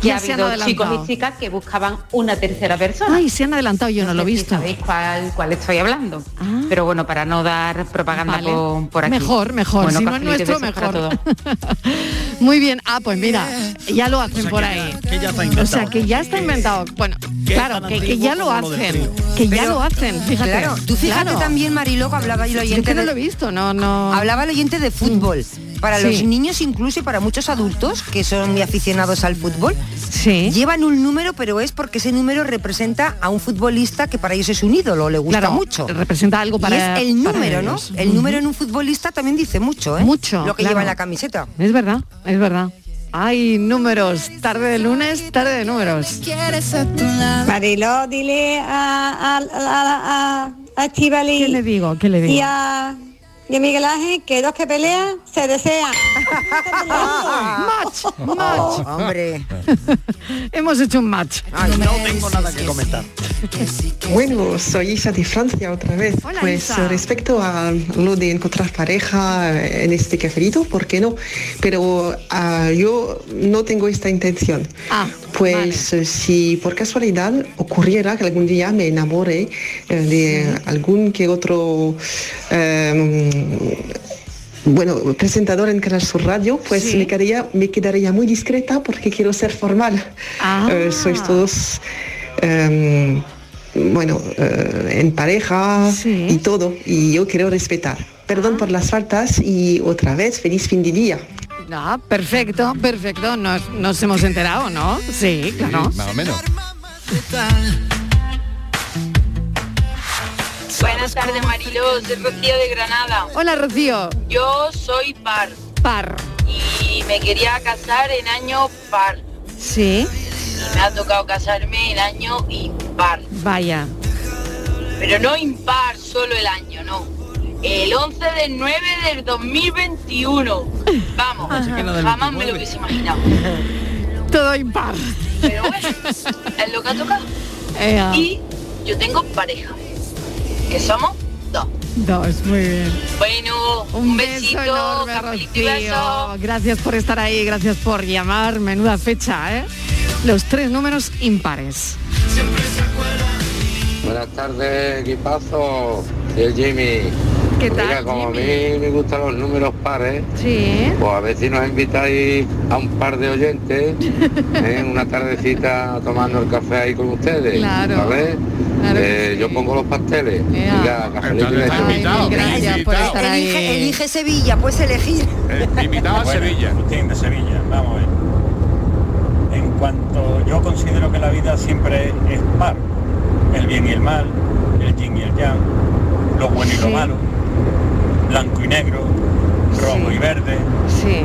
[SPEAKER 21] Que
[SPEAKER 7] Ya
[SPEAKER 21] ha
[SPEAKER 7] se han
[SPEAKER 21] habido chicos
[SPEAKER 7] adelantado.
[SPEAKER 21] y chicas que buscaban una tercera persona.
[SPEAKER 7] Ay, se han adelantado, yo no lo he visto. Ah,
[SPEAKER 21] ¿Sabéis cuál, cuál estoy hablando? Pero bueno, para no dar propaganda
[SPEAKER 7] Mm. Vale.
[SPEAKER 21] por, por aquí.
[SPEAKER 7] Mejor, mejor.
[SPEAKER 21] Bueno,
[SPEAKER 7] si no es
[SPEAKER 21] cafelito y
[SPEAKER 7] nuestro,
[SPEAKER 21] besos para todos.
[SPEAKER 7] mejor. Muy bien. Ah, pues mira, ya lo hacen por ahí. o sea, que ya está inventado. Bueno,
[SPEAKER 15] que es
[SPEAKER 7] claro,
[SPEAKER 15] tan
[SPEAKER 7] que, que
[SPEAKER 15] antiguo
[SPEAKER 7] ya lo
[SPEAKER 15] como lo del
[SPEAKER 7] hacen.
[SPEAKER 15] trío.
[SPEAKER 7] Que ya
[SPEAKER 15] Pero-
[SPEAKER 7] lo hacen, fíjate.
[SPEAKER 15] Claro, tú fíjate
[SPEAKER 7] Claro.
[SPEAKER 15] también, Mariloco, hablaba el
[SPEAKER 7] Es
[SPEAKER 15] oyente.
[SPEAKER 7] que no
[SPEAKER 15] de-
[SPEAKER 7] lo he visto, no, no. Mm.
[SPEAKER 15] Hablaba el oyente de fútbol. Para
[SPEAKER 7] Sí.
[SPEAKER 15] los niños, incluso y para muchos adultos que son aficionados al fútbol, llevan un número, pero es porque ese número representa a un futbolista que para ellos es un ídolo, le gusta
[SPEAKER 7] Claro,
[SPEAKER 15] mucho.
[SPEAKER 7] representa algo para-
[SPEAKER 15] Y es el
[SPEAKER 7] para
[SPEAKER 15] número, ¿no?
[SPEAKER 7] ellos.
[SPEAKER 15] El
[SPEAKER 7] Ujú.
[SPEAKER 15] número en un futbolista también dice mucho, ¿eh?
[SPEAKER 7] Mucho,
[SPEAKER 15] Lo que
[SPEAKER 7] claro.
[SPEAKER 15] lleva en la camiseta.
[SPEAKER 7] Es verdad, es verdad. Hay números, tarde de lunes, tarde de números.
[SPEAKER 24] Mariló, dile a, a, a, a, a Estíbaliz
[SPEAKER 7] ¿Qué le digo? ¿Qué le digo?
[SPEAKER 24] y a, y a Miguel Ángel que dos que pelean se desean.
[SPEAKER 7] match, match.
[SPEAKER 15] Oh, hombre.
[SPEAKER 7] Hemos hecho un match.
[SPEAKER 14] no tengo nada que comentar.
[SPEAKER 23] Bueno, soy Isa de Francia otra vez.
[SPEAKER 7] Hola,
[SPEAKER 23] pues
[SPEAKER 7] Isa.
[SPEAKER 23] respecto a lo de encontrar pareja eh, en este cafelito, ¿por qué no? Pero ah, yo no tengo esta intención.
[SPEAKER 7] Ah,
[SPEAKER 23] pues eh, si por casualidad ocurriera que algún día me enamore eh, de algún que otro eh, bueno, presentador en Canal Sur Radio, pues me, quedaría, me quedaría muy discreta porque quiero ser formal. Eh, sois todos, em, bueno, eh, en pareja y todo, y yo quiero respetar. Perdón por las faltas y otra vez feliz fin de día.
[SPEAKER 7] Ah, perfecto, perfecto. Nos, nos hemos enterado, ¿no? Sí, claro.
[SPEAKER 16] Más o menos.
[SPEAKER 4] Buenas tardes, Mariló. Soy Rocío de Granada.
[SPEAKER 7] Hola, Rocío.
[SPEAKER 4] Yo soy par.
[SPEAKER 7] Par.
[SPEAKER 4] Y me quería casar en año par.
[SPEAKER 7] Sí,
[SPEAKER 4] Y me ha tocado casarme en año impar.
[SPEAKER 7] vaya.
[SPEAKER 4] Pero no impar solo el año, no. El 11 del 9 del 2021. Vamos,
[SPEAKER 7] Pensé que era del
[SPEAKER 4] jamás me lo hubiese imaginado.
[SPEAKER 7] Todo impar.
[SPEAKER 4] Pero bueno, es lo que ha tocado.
[SPEAKER 7] Ea.
[SPEAKER 4] Y yo tengo pareja. Que somos dos.
[SPEAKER 7] Dos, muy bien.
[SPEAKER 4] Bueno, un, besito,
[SPEAKER 7] enorme,
[SPEAKER 4] cafelito y
[SPEAKER 7] Rocío.
[SPEAKER 4] besos.
[SPEAKER 7] Gracias por estar ahí, gracias por llamar. Menuda fecha, ¿eh? Los tres números impares.
[SPEAKER 36] Buenas tardes, equipazo. El Jimmy.
[SPEAKER 7] ¿Qué tal,
[SPEAKER 8] Mira, como a mí me gustan los números pares,
[SPEAKER 7] Sí.
[SPEAKER 8] pues a ver si nos invitáis a un par de oyentes en ¿eh? una tardecita tomando el café ahí con ustedes.
[SPEAKER 7] Claro.
[SPEAKER 8] ¿vale? Eh, Yo pongo los pasteles. Mira, cafelito y leche.
[SPEAKER 7] Gracias por estar
[SPEAKER 4] Elige,
[SPEAKER 7] ahí.
[SPEAKER 4] elige Sevilla, puedes elegir.
[SPEAKER 28] invitado Eh, a Sevilla. Agustín de Sevilla, vamos a ver. En cuanto yo considero que la vida siempre es par, el bien y el mal, el yin y el yang, lo bueno y lo
[SPEAKER 7] Sí.
[SPEAKER 28] malo, blanco y negro, rojo y verde,
[SPEAKER 7] Sí.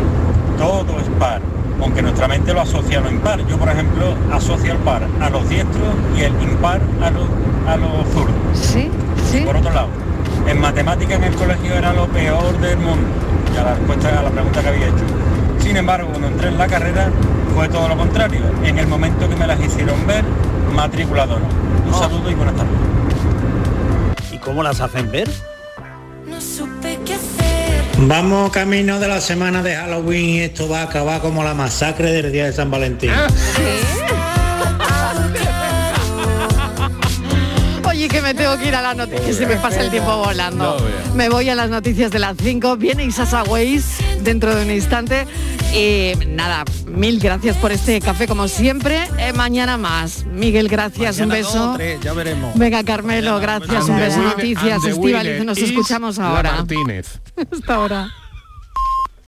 [SPEAKER 28] todo es par, aunque nuestra mente lo asocia a lo impar. Yo, por ejemplo, asocio el par a los diestros y el impar a los, a los zurdos.
[SPEAKER 7] Sí, sí.
[SPEAKER 28] Por otro lado, en matemáticas en el colegio era lo peor del mundo, ya la respuesta a la pregunta que había hecho. Sin embargo, cuando entré en la carrera fue todo lo contrario. En el momento que me las hicieron ver, matriculadora. Un saludo y buenas tardes.
[SPEAKER 37] ¿Y cómo las hacen ver?
[SPEAKER 18] Vamos camino de la semana de Halloween y esto va a acabar como la masacre del día de San Valentín.
[SPEAKER 7] Oye, que me tengo que ir a las noticias, se me pasa el tiempo volando.
[SPEAKER 10] No, vea.
[SPEAKER 7] me voy a las noticias de las 5, viene Isasa Weiss dentro de un instante. Y nada, mil gracias por este café como siempre. Eh, mañana más. Miguel, gracias,
[SPEAKER 37] Mañana
[SPEAKER 7] un
[SPEAKER 37] dos
[SPEAKER 7] beso.
[SPEAKER 37] o tres, ya veremos.
[SPEAKER 7] Venga, Carmelo, gracias, un beso. Noticias, Estivaliz, nos escuchamos ahora.
[SPEAKER 16] Martínez.
[SPEAKER 7] Hasta ahora.